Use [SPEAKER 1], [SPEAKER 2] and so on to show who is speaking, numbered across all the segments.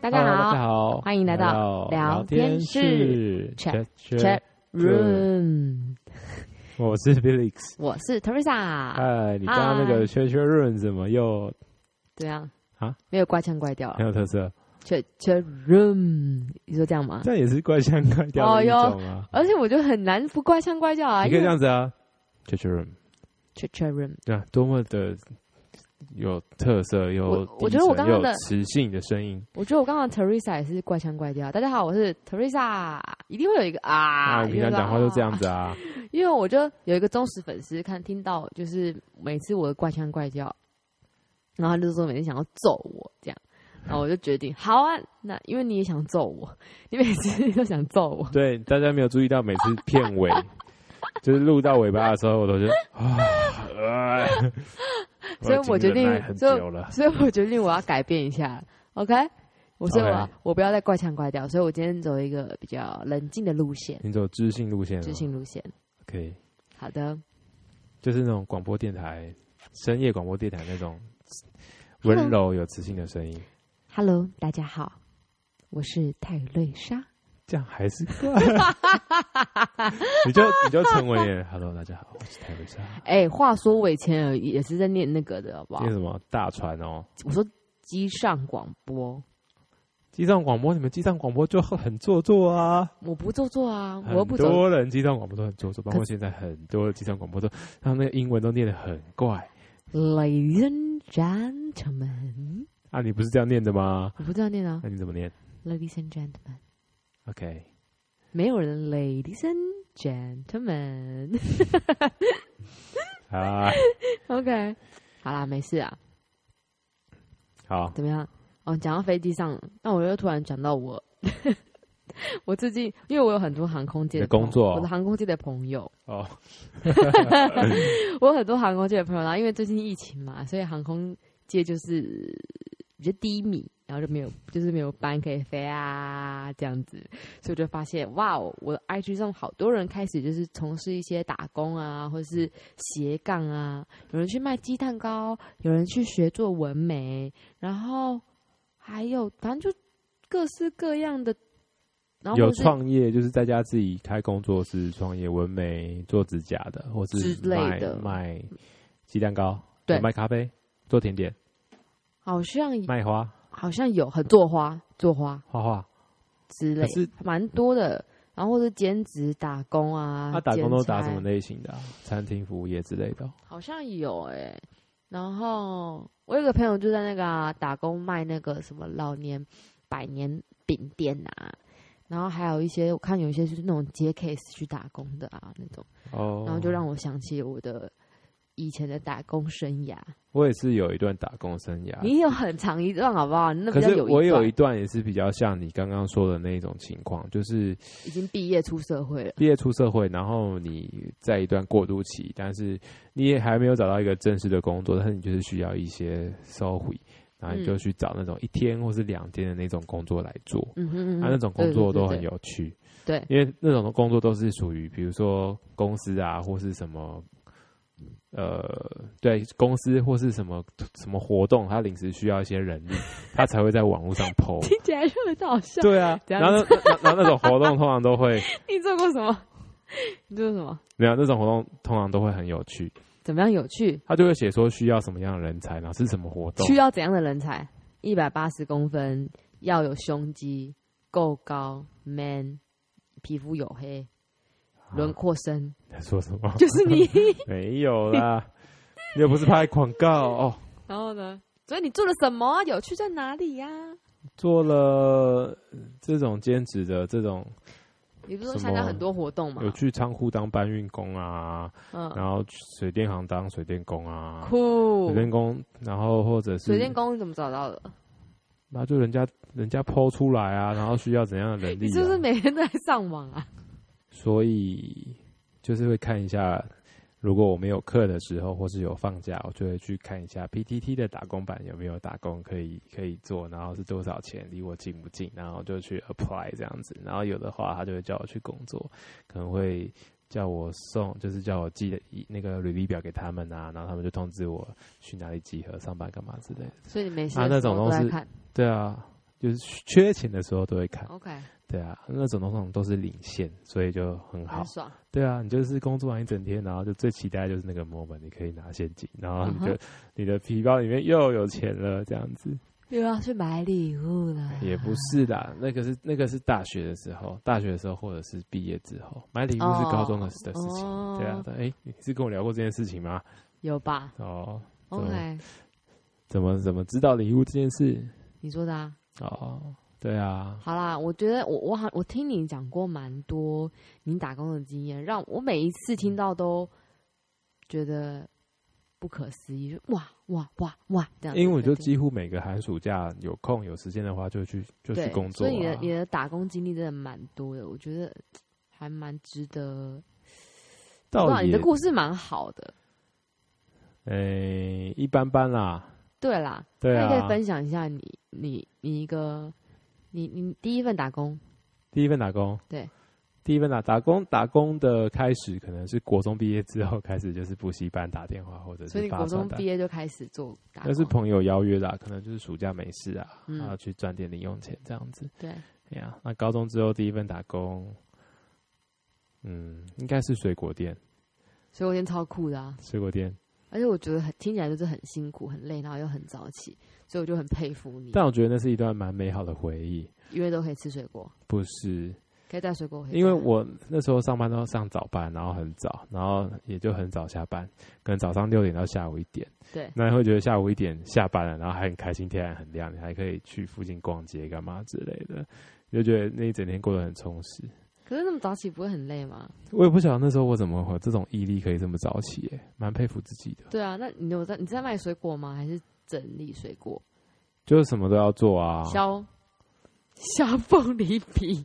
[SPEAKER 1] 大
[SPEAKER 2] 大
[SPEAKER 1] 家
[SPEAKER 2] 大
[SPEAKER 1] 好
[SPEAKER 2] 家好，
[SPEAKER 1] 欢迎来到聊天室
[SPEAKER 2] Chat
[SPEAKER 1] Chat-
[SPEAKER 2] Chat
[SPEAKER 1] ，Chat Room，
[SPEAKER 2] 我是 Felix。
[SPEAKER 1] 我是 Teresa。
[SPEAKER 2] 哎，你刚刚那个缺缺润怎么又
[SPEAKER 1] 怎样？
[SPEAKER 2] 啊，
[SPEAKER 1] 没有怪腔怪调
[SPEAKER 2] 很有特色？
[SPEAKER 1] ，Chat Chat Room，你说这样吗？
[SPEAKER 2] 这也是怪腔怪调
[SPEAKER 1] 哦
[SPEAKER 2] 的一种啊。
[SPEAKER 1] 而且我就很难不怪腔怪调啊，
[SPEAKER 2] 你
[SPEAKER 1] 因
[SPEAKER 2] 可以
[SPEAKER 1] 为
[SPEAKER 2] 这样子啊缺缺润，
[SPEAKER 1] Chat Chat Room，
[SPEAKER 2] 对啊，多么的有特色，有
[SPEAKER 1] 我我觉得我刚刚的
[SPEAKER 2] 有磁性的声音
[SPEAKER 1] 我觉得我刚刚 Teresa 也是怪腔怪调。啊大家好，我是 Teresa，一定会有一个啊，
[SPEAKER 2] 啊，
[SPEAKER 1] 一
[SPEAKER 2] 平
[SPEAKER 1] 定会
[SPEAKER 2] 常
[SPEAKER 1] 有一个
[SPEAKER 2] 讲话都这样
[SPEAKER 1] 啊
[SPEAKER 2] 子啊。
[SPEAKER 1] 因为我就有一个忠实粉丝，看听到就是每次我的怪腔怪调，然后他就说每次想要揍我这样，然后我就决定好啊，那因为你也想揍我，你每次 都想揍我，
[SPEAKER 2] 对，大家没有注意到，每次片尾就是录到尾巴的时候，我都觉得 啊，呃
[SPEAKER 1] 所以我决定
[SPEAKER 2] 已经忍耐很久了，
[SPEAKER 1] 所以我决定我要改变一下，OK。我所以我要
[SPEAKER 2] OK
[SPEAKER 1] 我不要再怪腔怪调，所以我今天走一个比较冷静的路线，
[SPEAKER 2] 你走知性路线哦了，
[SPEAKER 1] 知性路线。
[SPEAKER 2] 可以，
[SPEAKER 1] 好的，
[SPEAKER 2] 就是那种广播电台深夜广播电台那种温柔有磁性的声音，
[SPEAKER 1] Hello，大家好，我是泰瑞莎。
[SPEAKER 2] 这样还 是怪，你就你就成为耶 Hello，大家好，我是泰瑞莎，
[SPEAKER 1] 哎、话说我以前也也是在念那个的，好不好
[SPEAKER 2] 念？什么大船哦。
[SPEAKER 1] 我说机上广播，
[SPEAKER 2] 机上广播，你们机上广播就很做作啊！
[SPEAKER 1] 我不做作啊，我又
[SPEAKER 2] 很
[SPEAKER 1] 不走。
[SPEAKER 2] 多人机上广播都很做作，包
[SPEAKER 1] 可
[SPEAKER 2] 括现在很多的机上广播都，他们那个英文都念得很怪
[SPEAKER 1] Ladies and gentlemen，
[SPEAKER 2] 啊！你不是这样念的吗？
[SPEAKER 1] 我不这样念啊
[SPEAKER 2] 那你怎么念
[SPEAKER 1] ，Ladies and gentlemen，
[SPEAKER 2] ？OK，
[SPEAKER 1] 没有人 Ladies and gentlemen
[SPEAKER 2] 好啊，
[SPEAKER 1] ，OK，好啦，没事啊，
[SPEAKER 2] 好，
[SPEAKER 1] 怎么样？哦，讲到飞机上，那我又突然讲到我， 我最近因为我有很多航空界
[SPEAKER 2] 你的
[SPEAKER 1] 朋
[SPEAKER 2] 工作
[SPEAKER 1] 我的航空界的朋友，
[SPEAKER 2] 哦，
[SPEAKER 1] 我有很多航空界的朋友，然后因为最近疫情嘛，所以航空界就是比较低迷，然后就没有就是没有班可以飞啊这样子，所以我就发现哇哦，我的 IG 上好多人开始就是从事一些打工啊，或者是斜杠啊，有人去卖鸡蛋糕，有人去学做纹眉，然后还有反正就各式各样的，然后
[SPEAKER 2] 有
[SPEAKER 1] 或是
[SPEAKER 2] 创业就是在家自己开工作室创业，纹眉、做指甲的，或是
[SPEAKER 1] 之类
[SPEAKER 2] 卖
[SPEAKER 1] 的
[SPEAKER 2] 卖鸡蛋糕，
[SPEAKER 1] 对
[SPEAKER 2] 有卖咖啡，做甜点，
[SPEAKER 1] 好像
[SPEAKER 2] 卖花，
[SPEAKER 1] 好像有很做花做花。
[SPEAKER 2] 画画。
[SPEAKER 1] 之类
[SPEAKER 2] 可，是
[SPEAKER 1] 蛮多的。然后或是兼职打工啊，
[SPEAKER 2] 他打工都打
[SPEAKER 1] 兼差
[SPEAKER 2] 什么？类型的啊？餐厅服务业之类的哦。
[SPEAKER 1] 好像有哎、然后我有个朋友就在那个、啊、打工卖那个什么老年百年饼店啊，然后还有一些我看有一些就是那种接 case 去打工的啊那种，
[SPEAKER 2] 哦，
[SPEAKER 1] 然后就让我想起我的以前的打工生涯。
[SPEAKER 2] 我也是有一段打工生涯，
[SPEAKER 1] 你有很长一段好不好？你那比
[SPEAKER 2] 啊可
[SPEAKER 1] 较
[SPEAKER 2] 是
[SPEAKER 1] 有
[SPEAKER 2] 我
[SPEAKER 1] 一
[SPEAKER 2] 有
[SPEAKER 1] 段
[SPEAKER 2] 一段也是比较像你刚刚说的那一种情况，就是
[SPEAKER 1] 已经毕业出社会了，
[SPEAKER 2] 毕业出社会，然后你在一段过渡期，但是你也还没有找到一个正式的工作，但是你就是需要一些收回，然后你就去找那种一天或是两天的那种工作来做。
[SPEAKER 1] 嗯哼嗯哼，
[SPEAKER 2] 啊，那种工作
[SPEAKER 1] 对对
[SPEAKER 2] 都很
[SPEAKER 1] 对
[SPEAKER 2] 有趣，
[SPEAKER 1] 对
[SPEAKER 2] 因为那种工作都是属于比如说公司啊，或是什么，呃，对公司或是什么什么活动，他临时需要一些人力，他才会在网 络上 PO。
[SPEAKER 1] 听起来就很好笑。
[SPEAKER 2] 对啊，
[SPEAKER 1] 怎
[SPEAKER 2] 然
[SPEAKER 1] 样
[SPEAKER 2] 后那那然后那种活动通常都会
[SPEAKER 1] 你做过什么？你做过什么？
[SPEAKER 2] 没有那种活动通常都会很有趣，
[SPEAKER 1] 怎么样有趣？
[SPEAKER 2] 他就会写说需要什么样的人才，然后是什么活动
[SPEAKER 1] 需，要怎样的人才？一百八十公分，要有胸肌，够高，man，皮肤黝黑，
[SPEAKER 2] 啊
[SPEAKER 1] 轮廓 深，
[SPEAKER 2] 在说什么？
[SPEAKER 1] 就是你。
[SPEAKER 2] 没有啦，又不是拍广告哦。
[SPEAKER 1] 然后呢？所以你做了什么啊？有趣在哪里呀、
[SPEAKER 2] 做了这种兼职的这种，
[SPEAKER 1] 你不是说参加很多活动吗
[SPEAKER 2] 有？去仓库当搬运工啊，
[SPEAKER 1] 嗯，
[SPEAKER 2] 然后去水电行当水电工啊，
[SPEAKER 1] 酷
[SPEAKER 2] 水。电工，然后或者是
[SPEAKER 1] 水电，工你怎么找到的？
[SPEAKER 2] 那就人家人家剖出来啊，然后需要怎样的能力、
[SPEAKER 1] 你
[SPEAKER 2] 啊？
[SPEAKER 1] 是不是每天都在上网 啊？
[SPEAKER 2] 所以就是会看一下，如果我没有课的时候，或是有放假，我就会去看一下 PTT 的打工版有没有打工可以可以做，然后是多少钱，离我近不近，然后就去 apply 这样子。然后有的话，他就会叫我去工作，可能会叫我送，就是叫我寄那个履历表给他们啊，然后他们就通知我去哪里集合、上班干嘛之类的。
[SPEAKER 1] 所以你没事
[SPEAKER 2] 啊
[SPEAKER 1] 的
[SPEAKER 2] 那
[SPEAKER 1] 时候
[SPEAKER 2] 种
[SPEAKER 1] 都
[SPEAKER 2] 东
[SPEAKER 1] 在
[SPEAKER 2] 西
[SPEAKER 1] 看。
[SPEAKER 2] 对啊，就是缺钱的时候都会看。
[SPEAKER 1] OK，
[SPEAKER 2] 对啊，那种通常都是领先，所以就很好
[SPEAKER 1] 很。爽。
[SPEAKER 2] 对啊，你就是工作完一整天，然后就最期待就是那个 moment，你可以拿现金，然后你的、
[SPEAKER 1] 嗯
[SPEAKER 2] 你的皮包里面又有钱了，这样子
[SPEAKER 1] 又要去买礼物了，
[SPEAKER 2] 也不是啦，那个是那个是大学的时候，大学的时候或者是毕业之后，买礼物是高中的的事情。
[SPEAKER 1] 哦
[SPEAKER 2] 对啊，但哎、你是跟我聊过这件事情吗？
[SPEAKER 1] 有吧
[SPEAKER 2] 哦，
[SPEAKER 1] ？OK，
[SPEAKER 2] 怎么怎么知道礼物这件事？
[SPEAKER 1] 你说的啊。
[SPEAKER 2] 哦，对啊，
[SPEAKER 1] 好啦，我觉得我我好我听你讲过蛮多你打工的经验，让我每一次听到都觉得不可思议，就哇哇哇哇这样子的感觉。
[SPEAKER 2] 因为我就几乎每个寒暑假有空有时间的话，就去就去
[SPEAKER 1] 对，
[SPEAKER 2] 工作、
[SPEAKER 1] 所
[SPEAKER 2] 啊。
[SPEAKER 1] 以你的你的打工经历真的蛮多的，我觉得还蛮值得。
[SPEAKER 2] 倒
[SPEAKER 1] 哇，
[SPEAKER 2] 也
[SPEAKER 1] 你的故事蛮好的，
[SPEAKER 2] 诶、一般般啦。
[SPEAKER 1] 对啦，
[SPEAKER 2] 对
[SPEAKER 1] 那
[SPEAKER 2] 啊，
[SPEAKER 1] 你可以分享一下你你你一个你你第一份打工，
[SPEAKER 2] 第一份打工，
[SPEAKER 1] 对，
[SPEAKER 2] 第一份打打工打工的开始可能是国中毕业之后开始，就是补习班打电话或者
[SPEAKER 1] 所以
[SPEAKER 2] 是
[SPEAKER 1] 你
[SPEAKER 2] 发
[SPEAKER 1] 国
[SPEAKER 2] 传
[SPEAKER 1] 中
[SPEAKER 2] 单
[SPEAKER 1] 毕。业就开始做打工，
[SPEAKER 2] 那是朋友邀约啦，可能就是暑假没事啊，
[SPEAKER 1] 嗯
[SPEAKER 2] 然后去赚点零用钱这样子。
[SPEAKER 1] 对，
[SPEAKER 2] 哎呀，那高中之后第一份打工，嗯，应该是水果店，
[SPEAKER 1] 所以我今天超酷的啊。
[SPEAKER 2] 水果店。
[SPEAKER 1] 而且我觉得很听起来就是很辛苦、很累，然后又很早起，所以我就很佩服你，
[SPEAKER 2] 但我觉得那是一段蛮美好的回忆，
[SPEAKER 1] 因为都可以吃水果，
[SPEAKER 2] 不是？
[SPEAKER 1] 可以带水果回家。
[SPEAKER 2] 因为我那时候上班都要上早班，然后很早，然后也就很早下班，可能早上六点到下午一点。
[SPEAKER 1] 对
[SPEAKER 2] 那你会觉得下午一点下班了，然后还很开心，天还很亮，你还可以去附近逛街干嘛之类的，就觉得那一整天过得很充实。
[SPEAKER 1] 可是那么早起不会很累吗？
[SPEAKER 2] 我也不晓得那时候我怎么有这种毅力可以这么早起、耶蛮佩服自己的。
[SPEAKER 1] 对啊，那你有在你在卖水果吗？还是整理水果、
[SPEAKER 2] 就是什么都要做啊，
[SPEAKER 1] 削削凤梨皮？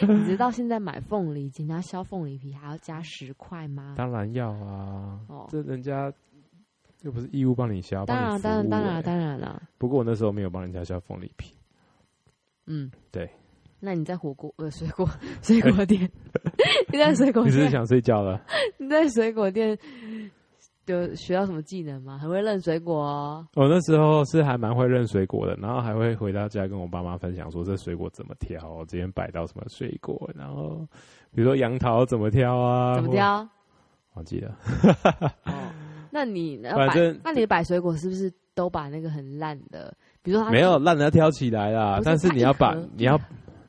[SPEAKER 1] 你直到现在买凤梨，人家削凤梨皮还要加十块吗？
[SPEAKER 2] 当然要啊，
[SPEAKER 1] 哦
[SPEAKER 2] 这人家又不是义务帮你削，
[SPEAKER 1] 当然，
[SPEAKER 2] 帮你服务哎
[SPEAKER 1] 当然，当
[SPEAKER 2] 耶
[SPEAKER 1] 然，当然啦。
[SPEAKER 2] 不过我那时候没有帮人家削凤梨皮，
[SPEAKER 1] 嗯，
[SPEAKER 2] 对。
[SPEAKER 1] 那你在火锅呃水果水果店， 你在水果
[SPEAKER 2] 哎 你
[SPEAKER 1] 店
[SPEAKER 2] 是不是想睡觉了？
[SPEAKER 1] 你在水果店有学到什么技能吗？很会认水果哦。
[SPEAKER 2] 我那时候是还蛮会认水果的，然后还会回到家跟我爸妈分享说这水果怎么挑，我今天摆到什么水果，然后比如说杨桃怎么挑啊，
[SPEAKER 1] 怎么
[SPEAKER 2] 或？
[SPEAKER 1] 挑？
[SPEAKER 2] 忘记了，
[SPEAKER 1] 哦， 那你那
[SPEAKER 2] 反
[SPEAKER 1] 摆
[SPEAKER 2] 正
[SPEAKER 1] 那你摆水果是不是都把那个很烂的，比如说它
[SPEAKER 2] 没有，烂的要挑起来啦
[SPEAKER 1] 不，是
[SPEAKER 2] 但是
[SPEAKER 1] 它
[SPEAKER 2] 你
[SPEAKER 1] 一
[SPEAKER 2] 要把
[SPEAKER 1] 盒
[SPEAKER 2] 你要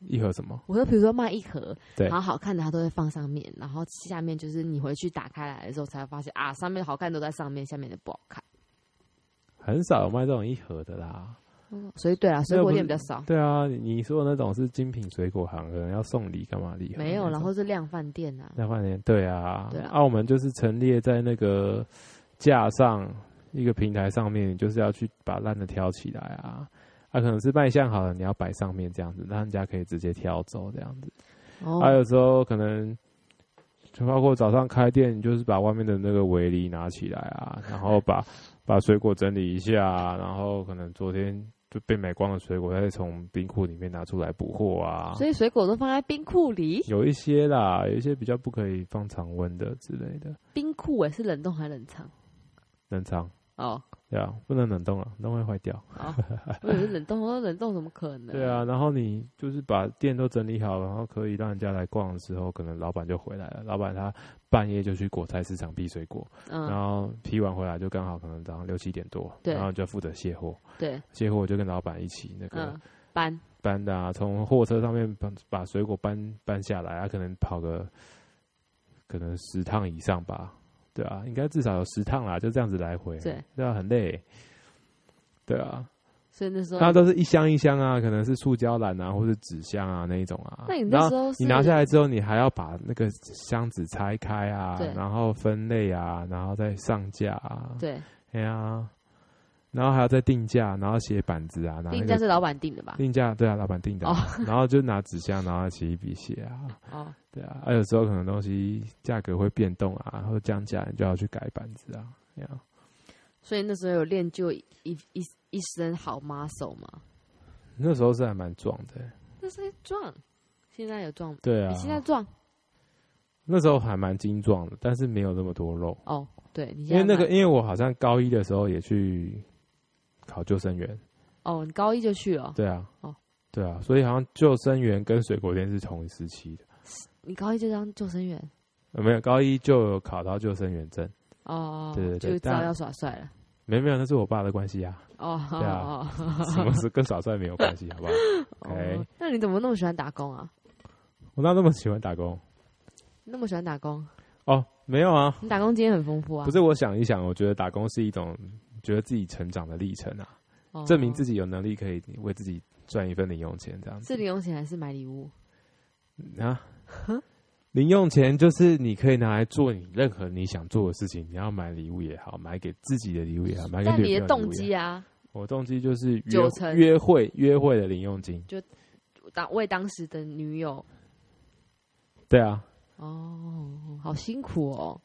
[SPEAKER 2] 一盒什么？
[SPEAKER 1] 我说比如说卖一盒，
[SPEAKER 2] 对
[SPEAKER 1] 然后好看的它都会放上面，然后下面就是你回去打开来的时候才会发现啊，上面好看都在上面，下面的不好看。
[SPEAKER 2] 很少有卖这种一盒的啦。
[SPEAKER 1] 所以对啊，水
[SPEAKER 2] 那
[SPEAKER 1] 果
[SPEAKER 2] 不
[SPEAKER 1] 店
[SPEAKER 2] 是
[SPEAKER 1] 比较少，
[SPEAKER 2] 对啊，你你说的那种是精品水果行，可能要送礼干嘛礼盒那种？
[SPEAKER 1] 没有，然后是量贩店啊，
[SPEAKER 2] 那半年对啊，
[SPEAKER 1] 对啊
[SPEAKER 2] 澳门就是陈列在那个架上一个平台上面，你就是要去把烂的挑起来啊。啊，可能是卖相好的，你要摆上面这样子，让人家可以直接挑走这样子。
[SPEAKER 1] 哦，
[SPEAKER 2] 啊，有时候可能就包括早上开店，你就是把外面的那个围篱拿起来啊，然 后把把水果整理一下、啊，然后可能昨天就被买光的水果，再从冰库里面拿出来补货啊。
[SPEAKER 1] 所以水果都放在冰库里，
[SPEAKER 2] 有一些啦，有一些比较不可以放常温的之类的，
[SPEAKER 1] 冰库诶是冷冻还是冷藏？
[SPEAKER 2] 冷藏
[SPEAKER 1] 哦，
[SPEAKER 2] 对啊，不能冷冻啊，冷冻会坏掉。
[SPEAKER 1] 好，我以为冷冻，我说冷冻怎么可能？
[SPEAKER 2] 对啊，然后你就是把店都整理好，然后可以让人家来逛的时候，可能老板就回来了。老板他半夜就去果菜市场批水果，然
[SPEAKER 1] 嗯，
[SPEAKER 2] 后批完回来就刚好可能早上六七点多，
[SPEAKER 1] 对
[SPEAKER 2] 然后就负责卸货，
[SPEAKER 1] 对，
[SPEAKER 2] 卸货就跟老板一起那个
[SPEAKER 1] 嗯，搬
[SPEAKER 2] 搬的啊，从货车上面把把水果搬搬下来，啊，可能跑个可能十趟以上吧，对啊，应该至少有十趟啦，就这样子来回，
[SPEAKER 1] 对，
[SPEAKER 2] 对啊，很累，对啊，
[SPEAKER 1] 所以那时候，
[SPEAKER 2] 它都是一箱一箱啊，可能是塑胶篮啊，或是纸箱啊那一种啊，
[SPEAKER 1] 那你
[SPEAKER 2] 然
[SPEAKER 1] 那
[SPEAKER 2] 后
[SPEAKER 1] 时候是
[SPEAKER 2] 你拿下来之后，你还要把那个箱子拆开啊
[SPEAKER 1] 对，
[SPEAKER 2] 然后分类啊，然后再上架啊，
[SPEAKER 1] 对，
[SPEAKER 2] 哎呀，然后还要再定价，然后写板子啊，拿那
[SPEAKER 1] 定
[SPEAKER 2] 个
[SPEAKER 1] 价是老板定的吧？
[SPEAKER 2] 定价对啊，老板定的啊、然后就拿纸箱，然后起一笔写啊，
[SPEAKER 1] 哦，
[SPEAKER 2] 对啊，啊有时候可能东西价格会变动啊，或者降价，你就要去改板子啊，这样
[SPEAKER 1] 所以那时候有练就一一一一身好 muscle 嘛，
[SPEAKER 2] 那时候是还蛮壮的、
[SPEAKER 1] 那是壮，现在有壮，
[SPEAKER 2] 对啊
[SPEAKER 1] 你，现在壮
[SPEAKER 2] 那时候还蛮精壮的，但是没有那么多肉，
[SPEAKER 1] 哦，对你
[SPEAKER 2] 因
[SPEAKER 1] 现
[SPEAKER 2] 为
[SPEAKER 1] 在
[SPEAKER 2] 那个
[SPEAKER 1] 蛮
[SPEAKER 2] 因为我好像高一的时候也去考救生员，
[SPEAKER 1] 哦，你高一就去了，
[SPEAKER 2] 对啊，
[SPEAKER 1] 哦，
[SPEAKER 2] 对啊，所以好像救生员跟水果店是同一时期的，
[SPEAKER 1] 你高一就当救生员
[SPEAKER 2] 呃，没有高一就有考到救生员证，
[SPEAKER 1] 哦，
[SPEAKER 2] 对对对
[SPEAKER 1] 就知道
[SPEAKER 2] 但
[SPEAKER 1] 要耍帅了。
[SPEAKER 2] 没有没有，那是我爸的关 系啊，
[SPEAKER 1] 哦，好
[SPEAKER 2] 对
[SPEAKER 1] 好
[SPEAKER 2] 啊
[SPEAKER 1] 好
[SPEAKER 2] 什么是跟耍帅没有关系，好不好？
[SPEAKER 1] 哦
[SPEAKER 2] OK，
[SPEAKER 1] 那你怎么那么喜欢打工啊？
[SPEAKER 2] 我哪那么喜欢打工？
[SPEAKER 1] 那么喜欢打工，
[SPEAKER 2] 哦，没有啊，
[SPEAKER 1] 你打工经验很丰富啊。
[SPEAKER 2] 不是，我想一想，我觉得打工是一种觉得自己成长的历程啊，
[SPEAKER 1] 哦
[SPEAKER 2] 证明自己有能力可以为自己赚一份零用钱，这样子
[SPEAKER 1] 是零用钱还是买礼物？
[SPEAKER 2] 啊。零用钱就是你可以拿来做你任何你想做的事情，你要买礼物也好，买给自己的礼物也好，买给
[SPEAKER 1] 但
[SPEAKER 2] 女朋
[SPEAKER 1] 你的
[SPEAKER 2] 友礼物也
[SPEAKER 1] 动
[SPEAKER 2] 好
[SPEAKER 1] 机啊，
[SPEAKER 2] 我动机就是约
[SPEAKER 1] 九成
[SPEAKER 2] 约会约会的零用金。
[SPEAKER 1] 当为当时的女友
[SPEAKER 2] 对啊，
[SPEAKER 1] 哦，好辛苦哦。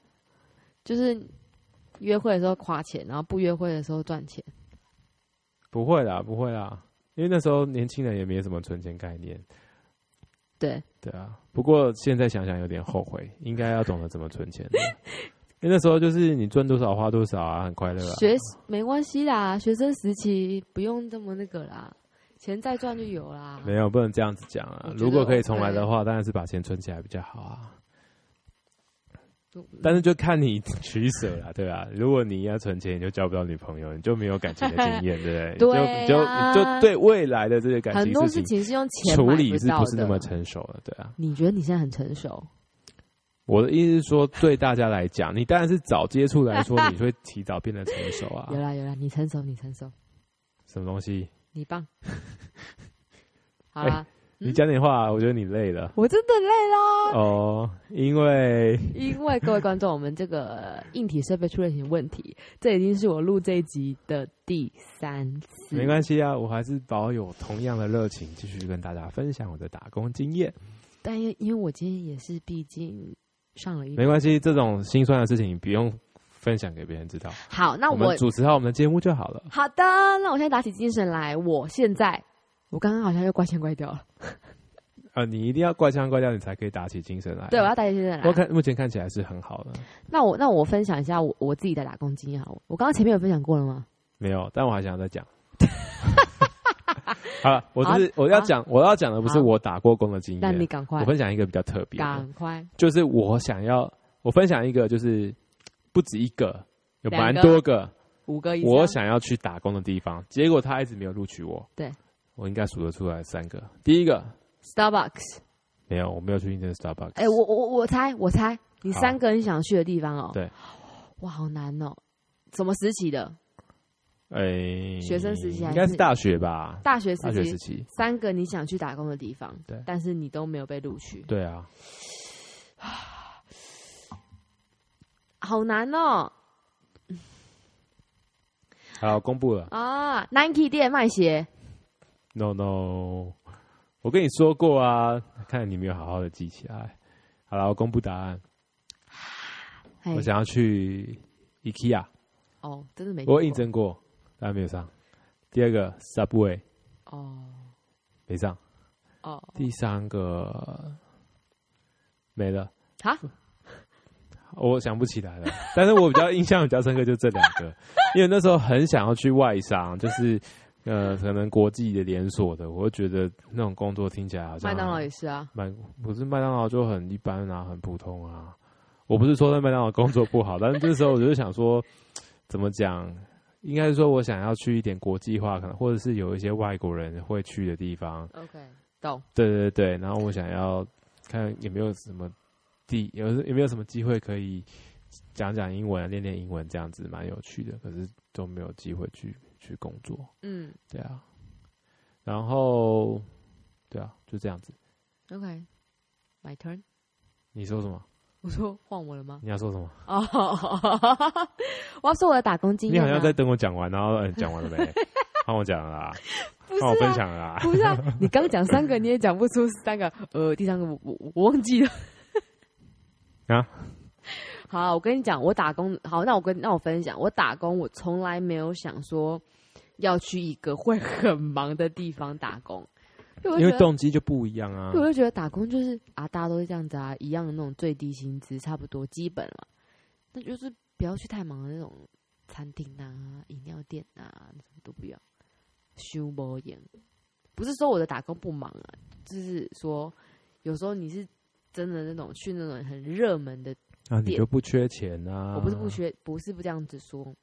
[SPEAKER 1] 就是约会的时候花钱，然后不约会的时候赚钱。
[SPEAKER 2] 不会啦，不会啦，因为那时候年轻人也没什么存钱概念。
[SPEAKER 1] 对，
[SPEAKER 2] 对啊，不过现在想想有点后悔，应该要懂得怎么 存钱。因为那时候就是你赚多少花多少啊，很快乐啊。
[SPEAKER 1] 学没关系啦，学生时期不用这么那个啦，钱再赚就有啦。
[SPEAKER 2] 没有不能这样子讲啊
[SPEAKER 1] 我觉！得
[SPEAKER 2] 如果可以重来的话，当然是把钱存起来比较好啊。
[SPEAKER 1] 就
[SPEAKER 2] 但是就看你取舍啦，对吧、如果你要存钱，你就交不到女朋友，你就没有感情的 经验，对不对？
[SPEAKER 1] 对
[SPEAKER 2] 你
[SPEAKER 1] 啊
[SPEAKER 2] 就你就你就对未来的这些感
[SPEAKER 1] 很
[SPEAKER 2] 情
[SPEAKER 1] 多
[SPEAKER 2] 情
[SPEAKER 1] 事情是用钱
[SPEAKER 2] 处
[SPEAKER 1] 买
[SPEAKER 2] 理是
[SPEAKER 1] 到
[SPEAKER 2] 不是那
[SPEAKER 1] 的
[SPEAKER 2] 么成熟了？对啊，
[SPEAKER 1] 你觉得你现在很成熟？
[SPEAKER 2] 我的意思是说，对大家来讲，你当然是早接触来说，你会提早变得成熟 啊
[SPEAKER 1] 有。啦有啦，你成熟，你成熟，
[SPEAKER 2] 什么东西？
[SPEAKER 1] 你棒。 好啦，嗯
[SPEAKER 2] 你讲点话，我觉得你累了
[SPEAKER 1] 我真的累啦，
[SPEAKER 2] 哦，因为
[SPEAKER 1] 因为各位观众，我们这个硬体设备出了一些问题，这已经是我录这一集的第三次。
[SPEAKER 2] 没关
[SPEAKER 1] 系，
[SPEAKER 2] 系啊，我还是保有同样的热情，继续跟大家分享我的打工经验。
[SPEAKER 1] 但因因为我今天也是，毕竟上了一
[SPEAKER 2] 没关系，这种心酸的事情不用分享给别人知道，
[SPEAKER 1] 好，那
[SPEAKER 2] 我
[SPEAKER 1] 啊我
[SPEAKER 2] 们主持好我们的节目就好了。
[SPEAKER 1] 好的，那我现在打起精神来，我现在我刚刚好像又怪腔怪调了，
[SPEAKER 2] 啊，你一定要怪腔怪调，你才可以打起精神来。
[SPEAKER 1] 对，我要打起精神来。
[SPEAKER 2] 哎我看目前看起来是很好的，
[SPEAKER 1] 那我那我分享一下我我自己的打工经验好了，我刚刚前面有分享过了吗？
[SPEAKER 2] 没有，但我还想 再讲。好了，我就是我要讲，我要讲的不是
[SPEAKER 1] 好
[SPEAKER 2] 我打过工的经
[SPEAKER 1] 那你
[SPEAKER 2] 验，
[SPEAKER 1] 赶快
[SPEAKER 2] 我，分享一个比较特别的，
[SPEAKER 1] 赶快，
[SPEAKER 2] 就是我想要，我分享一个，就是不止一个，有
[SPEAKER 1] 两
[SPEAKER 2] 蛮
[SPEAKER 1] 个
[SPEAKER 2] 多个，
[SPEAKER 1] 五个以上。
[SPEAKER 2] 我想要去打工的地方，结果他一直没有录取我。
[SPEAKER 1] 对，
[SPEAKER 2] 我应该数得出来三个。第一个
[SPEAKER 1] Starbucks，
[SPEAKER 2] 没有，我没有去应征 Starbucks。
[SPEAKER 1] 哎、我我我猜，我猜你
[SPEAKER 2] 好
[SPEAKER 1] 三个你想去的地方哦。
[SPEAKER 2] 对，
[SPEAKER 1] 哇，好难哦。什么时期的？
[SPEAKER 2] 哎、
[SPEAKER 1] 学生时期还
[SPEAKER 2] 应
[SPEAKER 1] 是
[SPEAKER 2] 该是大学吧？
[SPEAKER 1] 大学
[SPEAKER 2] 大
[SPEAKER 1] 时
[SPEAKER 2] 学时
[SPEAKER 1] 期。
[SPEAKER 2] 期，
[SPEAKER 1] 三个你想去打工的地方，
[SPEAKER 2] 对
[SPEAKER 1] 但是你都没有被录取，
[SPEAKER 2] 对啊，
[SPEAKER 1] 好难哦
[SPEAKER 2] 好，公布了。
[SPEAKER 1] 啊！Nike 店卖鞋，
[SPEAKER 2] No No，我跟你说过啊，看来你没有好好的记起来。好了，我公布答案，
[SPEAKER 1] 哎
[SPEAKER 2] 我想要去 IKEA，
[SPEAKER 1] 哦，真的没听过，
[SPEAKER 2] 我有应征过，但没有上。第二个 Subway
[SPEAKER 1] 哦
[SPEAKER 2] 没上，
[SPEAKER 1] 哦，
[SPEAKER 2] 第三个没了。
[SPEAKER 1] 好，
[SPEAKER 2] 我想不起来了，但是我比较印象比较深刻就这两个，因为那时候很想要去外商，就是呃，可能国际的连锁的，我就觉得那种工作听起来好像
[SPEAKER 1] 麦当劳也是啊，
[SPEAKER 2] 麦不是麦当劳就很一般啊，很普通啊。我不是说在麦当劳工作不好，但是这时候我就想说，怎么讲？应该是说我想要去一点国际化，可能或者是有一些外国人会去的地方，
[SPEAKER 1] OK，懂。
[SPEAKER 2] 对对对，然后我想要看有没有什么地有有没有什么机会可以讲讲英文、啊练练英文这样子，蛮有趣的。可是都没有机会去去工作，
[SPEAKER 1] 嗯
[SPEAKER 2] 对啊。然后，对啊，就这样子。
[SPEAKER 1] ，OK，My turn。
[SPEAKER 2] 你说什么？
[SPEAKER 1] 我说换我了吗？
[SPEAKER 2] 你要说什么？
[SPEAKER 1] 哦， 我要说我的打工经
[SPEAKER 2] 你
[SPEAKER 1] 验、啊。
[SPEAKER 2] 好像在等我讲完，然后呃讲、完了 没？换我讲了啦，
[SPEAKER 1] 不是
[SPEAKER 2] 换我
[SPEAKER 1] 啊
[SPEAKER 2] 哦分享了啦。
[SPEAKER 1] 不是啊，你刚讲三个，你也讲不出三个。呃，第三个我我我忘记了。
[SPEAKER 2] 啊，
[SPEAKER 1] 好啊我跟你讲，我打工好，那我跟那我分享，我打工我从来没有想说要去一个会很忙的地方打工，因为我
[SPEAKER 2] 因为
[SPEAKER 1] 就觉得。
[SPEAKER 2] 动机就不一样啊
[SPEAKER 1] 因为。我就觉得打工就是啊，大家都是这样子啊，一样的那种最低薪资，差不多基本嘛。那就是不要去太忙的那种餐厅啊、饮料店啊，什么都不要，修波眼。不是说我的打工不忙啊，就是说有时候你是真的那种去那种很热门的，
[SPEAKER 2] 啊，你
[SPEAKER 1] 点
[SPEAKER 2] 就不缺钱啊？
[SPEAKER 1] 我不是不，缺，不是不这样子说。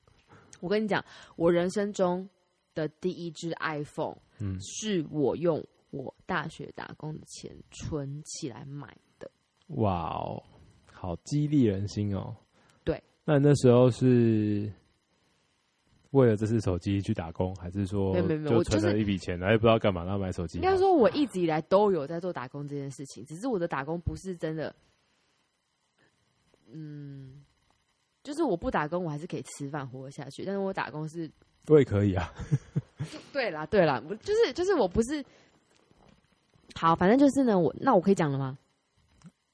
[SPEAKER 1] 我跟你讲，我人生中的第一只 iPhone
[SPEAKER 2] 嗯，
[SPEAKER 1] 是我用我大学打工的钱存起来买的。
[SPEAKER 2] 哇哦，好激励人心哦。
[SPEAKER 1] 对，
[SPEAKER 2] 那那时候是为了这次手机去打工，还是说
[SPEAKER 1] 没有没有没有
[SPEAKER 2] 就
[SPEAKER 1] 我就
[SPEAKER 2] 存了一笔钱，然后也不知道干嘛，然后买手机？
[SPEAKER 1] 应该说，我一直以来都有在做打工这件事情，只是我的打工不是真的，嗯，就是我不打工，我还是可以吃饭活下去，但是我打工是
[SPEAKER 2] 我也可以啊。
[SPEAKER 1] 对啦，对啦，我就是就是我不是好，反正就是呢，我那我可以讲了吗？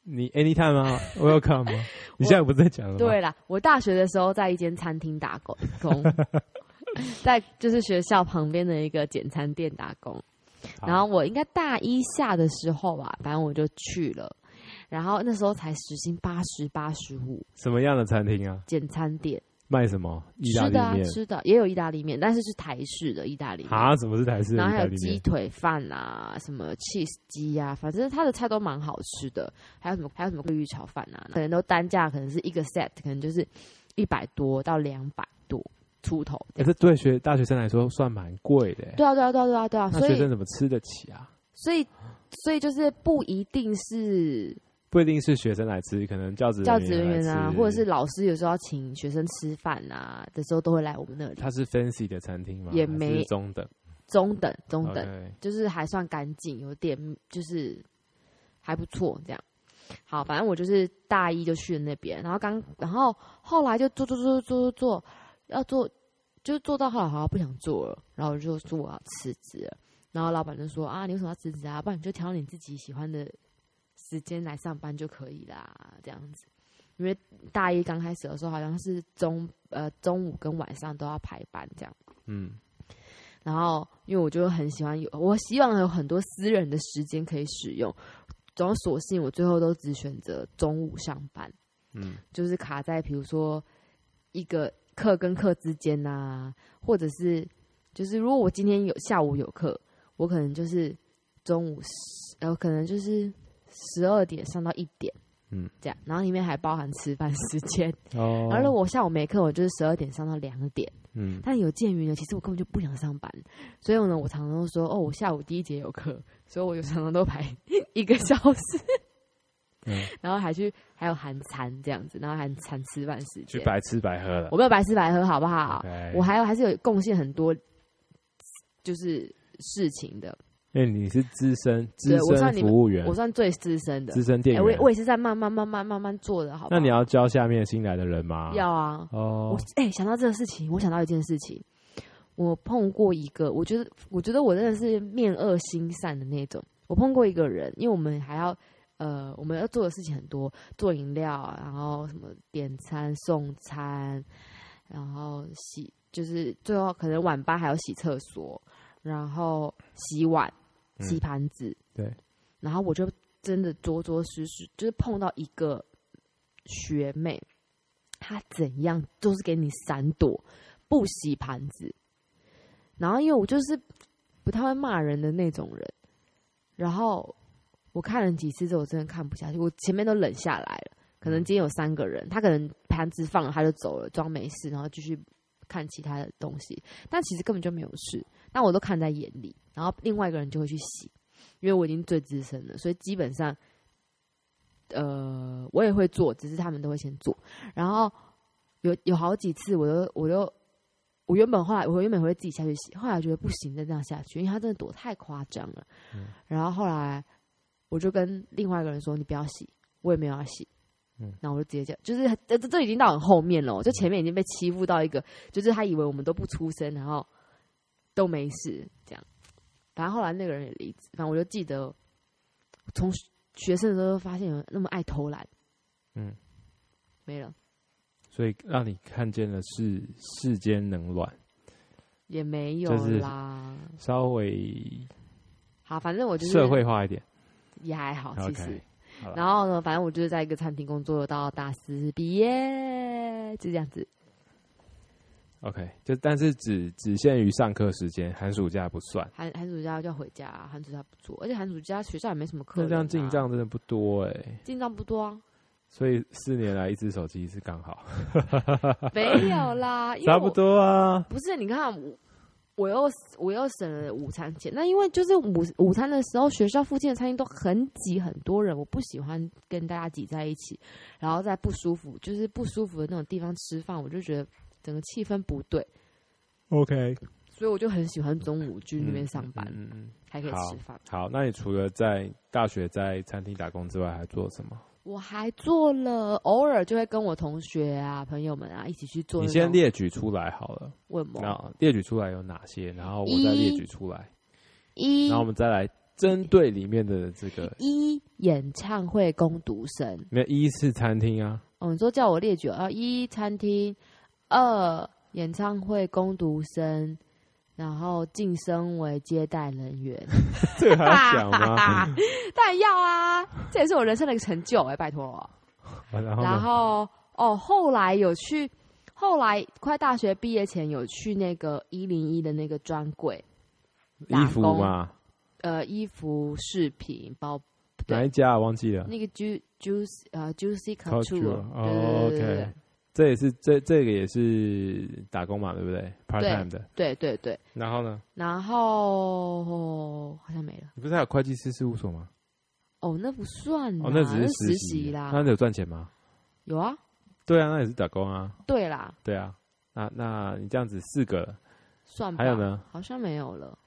[SPEAKER 2] 你 anytime 啊 ，welcome 啊。你现在不是在讲了吗？
[SPEAKER 1] 对啦，我大学的时候在一间餐厅打工，工在就是学校旁边的一个简餐店打工。
[SPEAKER 2] 好，
[SPEAKER 1] 然后我应该大一下的时候吧，反正我就去了，然后那时候才时薪八十八十五，
[SPEAKER 2] 什么样的餐厅啊？
[SPEAKER 1] 简餐店
[SPEAKER 2] 卖什么？意大
[SPEAKER 1] 吃
[SPEAKER 2] 利
[SPEAKER 1] 的啊
[SPEAKER 2] 面
[SPEAKER 1] 吃的也有意大利面，但是是台式的意大利面。
[SPEAKER 2] 啊？什么是台式的
[SPEAKER 1] 然
[SPEAKER 2] 意
[SPEAKER 1] 后还
[SPEAKER 2] 大
[SPEAKER 1] 有
[SPEAKER 2] 利
[SPEAKER 1] 鸡
[SPEAKER 2] 面？
[SPEAKER 1] 腿饭啊，什么 cheese 鸡啊，反正他的菜都蛮好吃的。还有什么还有什么桂鱼炒饭啊，可能都单价可能是一个 set，可能就是一百多到两百多出头这样。
[SPEAKER 2] 可是对学大学生来说算蛮贵的欸。
[SPEAKER 1] 对啊，对啊，对啊，对啊，对啊。
[SPEAKER 2] 那
[SPEAKER 1] 所
[SPEAKER 2] 学
[SPEAKER 1] 以
[SPEAKER 2] 生，怎么吃得起啊？
[SPEAKER 1] 所以，所以就是不一定是
[SPEAKER 2] 不一定是学生来吃，可能教职
[SPEAKER 1] 教职人
[SPEAKER 2] 来
[SPEAKER 1] 员啊，
[SPEAKER 2] 吃
[SPEAKER 1] 或者是老师有时候要请学生吃饭啊的时候，都会来我们那里。
[SPEAKER 2] 它是 fancy 的餐厅吗？
[SPEAKER 1] 也
[SPEAKER 2] 还是
[SPEAKER 1] 没
[SPEAKER 2] 中等，
[SPEAKER 1] 中等，中等。
[SPEAKER 2] OK，
[SPEAKER 1] 就是还算干净，有点就是还不错这样。好，反正我就是大一就去了那边，然后刚然后后来就做做做做做做，要做就做到后来好像不想做了，然后我就说我要辞职了，然后老板就说啊，你为什么要辞职啊？不然你就挑你自己喜欢的时间来上班就可以啦，这样子。因为大一刚开始的时候，好像是中呃中午跟晚上都要排班这样。
[SPEAKER 2] 嗯，
[SPEAKER 1] 然后因为我就很喜欢有，我希望有很多私人的时间可以使用，然后索性我最后都只选择中午上班，
[SPEAKER 2] 嗯，
[SPEAKER 1] 就是卡在比如说一个课跟课之间呐、或者是就是如果我今天有下午有课，我可能就是中午十呃可能就是十二点上到一点，
[SPEAKER 2] 嗯，
[SPEAKER 1] 这样，然后里面还包含吃饭时间，
[SPEAKER 2] 哦，
[SPEAKER 1] 然后如果我下午没课，我就是十二点上到两点。
[SPEAKER 2] 嗯，
[SPEAKER 1] 但有鉴于呢，其实我根本就不想上班，所以呢，我常常都说，哦，我下午第一节有课，所以我就常常都排 一个小时，
[SPEAKER 2] 嗯
[SPEAKER 1] 然后还去还有含餐这样子，然后含餐吃饭时
[SPEAKER 2] 去
[SPEAKER 1] 间，
[SPEAKER 2] 白吃白喝了
[SPEAKER 1] 我，没有白吃白喝，好不好
[SPEAKER 2] OK
[SPEAKER 1] 我还有还是有贡献很多，就是事情的，
[SPEAKER 2] 因为哎你是资深资
[SPEAKER 1] 对我
[SPEAKER 2] 深
[SPEAKER 1] 算你们
[SPEAKER 2] 服务员
[SPEAKER 1] 我，算最资深的
[SPEAKER 2] 资，深
[SPEAKER 1] 哎、
[SPEAKER 2] 店
[SPEAKER 1] 我也
[SPEAKER 2] 员，
[SPEAKER 1] 我也是在慢慢慢慢慢慢做的，好不
[SPEAKER 2] 那
[SPEAKER 1] 好？
[SPEAKER 2] 你要教下面新来的人吗？
[SPEAKER 1] 要啊，
[SPEAKER 2] 哦
[SPEAKER 1] 我，哎、想到这个事情，我想到一件事情，我碰过一个，我觉得我觉得我真的是面恶心善的那种。我碰过一个人，因为我们还要呃，我们要做的事情很多，做饮料，然后什么点餐、送餐，然后洗，就是最后可能晚班还要洗厕所，然后洗碗、
[SPEAKER 2] 嗯
[SPEAKER 1] 洗盘子，
[SPEAKER 2] 对，
[SPEAKER 1] 然后我就真的着着实实，就是碰到一个学妹，她怎样都是给你闪躲，不洗盘子。然后因为我就是不太会骂人的那种人，然后我看了几次之后，我真的看不下去，我前面都冷下来了。可能今天有三个人，他可能盘子放了他就走了，装没事，然后继续看其他的东西，但其实根本就没有事。但我都看在眼里，然后另外一个人就会去洗，因为我已经最资深了，所以基本上，呃，我也会做，只是他们都会先做。然后有有好几次我都我都我原本后来我原本会自己下去洗，后来觉得不行，再这样下去，因为他真的躲太夸张了。
[SPEAKER 2] 嗯
[SPEAKER 1] 然后后来我就跟另外一个人说：“你不要洗，我也没有要洗。”
[SPEAKER 2] 嗯
[SPEAKER 1] 然后我就直接讲，就是这这这已经到很后面了哦，就前面已经被欺负到一个，就是他以为我们都不出声，然后都没事这样。反正后来那个人也离职，反正我就记得从学生的时候就发现有人那么爱偷懒，
[SPEAKER 2] 嗯，
[SPEAKER 1] 没了
[SPEAKER 2] 所以让你看见了世世间冷暖，
[SPEAKER 1] 也没有
[SPEAKER 2] 就是
[SPEAKER 1] 啦。
[SPEAKER 2] 稍微
[SPEAKER 1] 好，反正我就是哦
[SPEAKER 2] 社会化一点。
[SPEAKER 1] 也还好，其实。
[SPEAKER 2] OK，好啦
[SPEAKER 1] 然后呢，反正我就是在一个餐厅工作到大四毕业，就这样子。
[SPEAKER 2] OK，就但是只只限于上课时间，寒暑假不算。
[SPEAKER 1] 寒寒暑假就要回家、寒暑假不做，而且寒暑假学校也没什么课、
[SPEAKER 2] 那
[SPEAKER 1] 啊。
[SPEAKER 2] 这样进账真的不多哎、
[SPEAKER 1] 进账不多啊，
[SPEAKER 2] 所以四年来一只手机是刚好，
[SPEAKER 1] 没有啦，因为
[SPEAKER 2] 差
[SPEAKER 1] 我
[SPEAKER 2] 不。多啊。
[SPEAKER 1] 不是，你看我。我又我又省了午餐钱，那因为就是午午餐的时候，学校附近的餐厅都很挤，很多人，我不喜欢跟大家挤在一起，然后在不舒服，就是不舒服的那种地方吃饭，我就觉得整个气氛不对，
[SPEAKER 2] OK，
[SPEAKER 1] 所以我就很喜欢中午去那边上班，
[SPEAKER 2] 嗯嗯嗯
[SPEAKER 1] 还可以吃饭。
[SPEAKER 2] 好，那你除了在大学在餐厅打工之外，还做什么？
[SPEAKER 1] 我还做了，偶尔就会跟我同学啊、朋友们啊一起去做
[SPEAKER 2] 你
[SPEAKER 1] 那种。
[SPEAKER 2] 先列举出来好了，
[SPEAKER 1] 问我
[SPEAKER 2] 那列举出来有哪些，然后我再
[SPEAKER 1] 一
[SPEAKER 2] 列举出来，
[SPEAKER 1] 一
[SPEAKER 2] 然后我们再来针对里面的这个，
[SPEAKER 1] 一演唱会攻读生，
[SPEAKER 2] 没有一是餐厅 啊，
[SPEAKER 1] 哦，你说叫我列举啊，一餐厅，二演唱会攻读生，然后晋升为接待人 员，
[SPEAKER 2] 这个还要讲 吗？
[SPEAKER 1] 当然要啊，这也是我人生的一个成就哎、拜托哦。
[SPEAKER 2] 然后
[SPEAKER 1] 然
[SPEAKER 2] 呢？
[SPEAKER 1] 后哦，后来有去，后来快大学毕业前有去那个一零一的那个专柜，
[SPEAKER 2] 衣服嘛，
[SPEAKER 1] 呃，衣服、饰品、包对
[SPEAKER 2] 哪一家啊忘记了
[SPEAKER 1] 那个 ju juice 呃 juicy
[SPEAKER 2] Couture，
[SPEAKER 1] couture，
[SPEAKER 2] 哦
[SPEAKER 1] 对对对对对
[SPEAKER 2] ，OK，这也是这这个也是打工嘛，对不对？part time 的。
[SPEAKER 1] 对对对，
[SPEAKER 2] 然后呢？
[SPEAKER 1] 然后好像没了。
[SPEAKER 2] 你不是还有会计师事务所吗？
[SPEAKER 1] 哦，那不算啦，
[SPEAKER 2] 哦，那只
[SPEAKER 1] 那
[SPEAKER 2] 是
[SPEAKER 1] 实
[SPEAKER 2] 习
[SPEAKER 1] 啦。
[SPEAKER 2] 那你有赚钱吗？
[SPEAKER 1] 有啊，
[SPEAKER 2] 对啊，那也是打工啊。
[SPEAKER 1] 对啦，
[SPEAKER 2] 对啊，那那你这样子四个了，
[SPEAKER 1] 算吧。
[SPEAKER 2] 还有呢？
[SPEAKER 1] 好像没有了。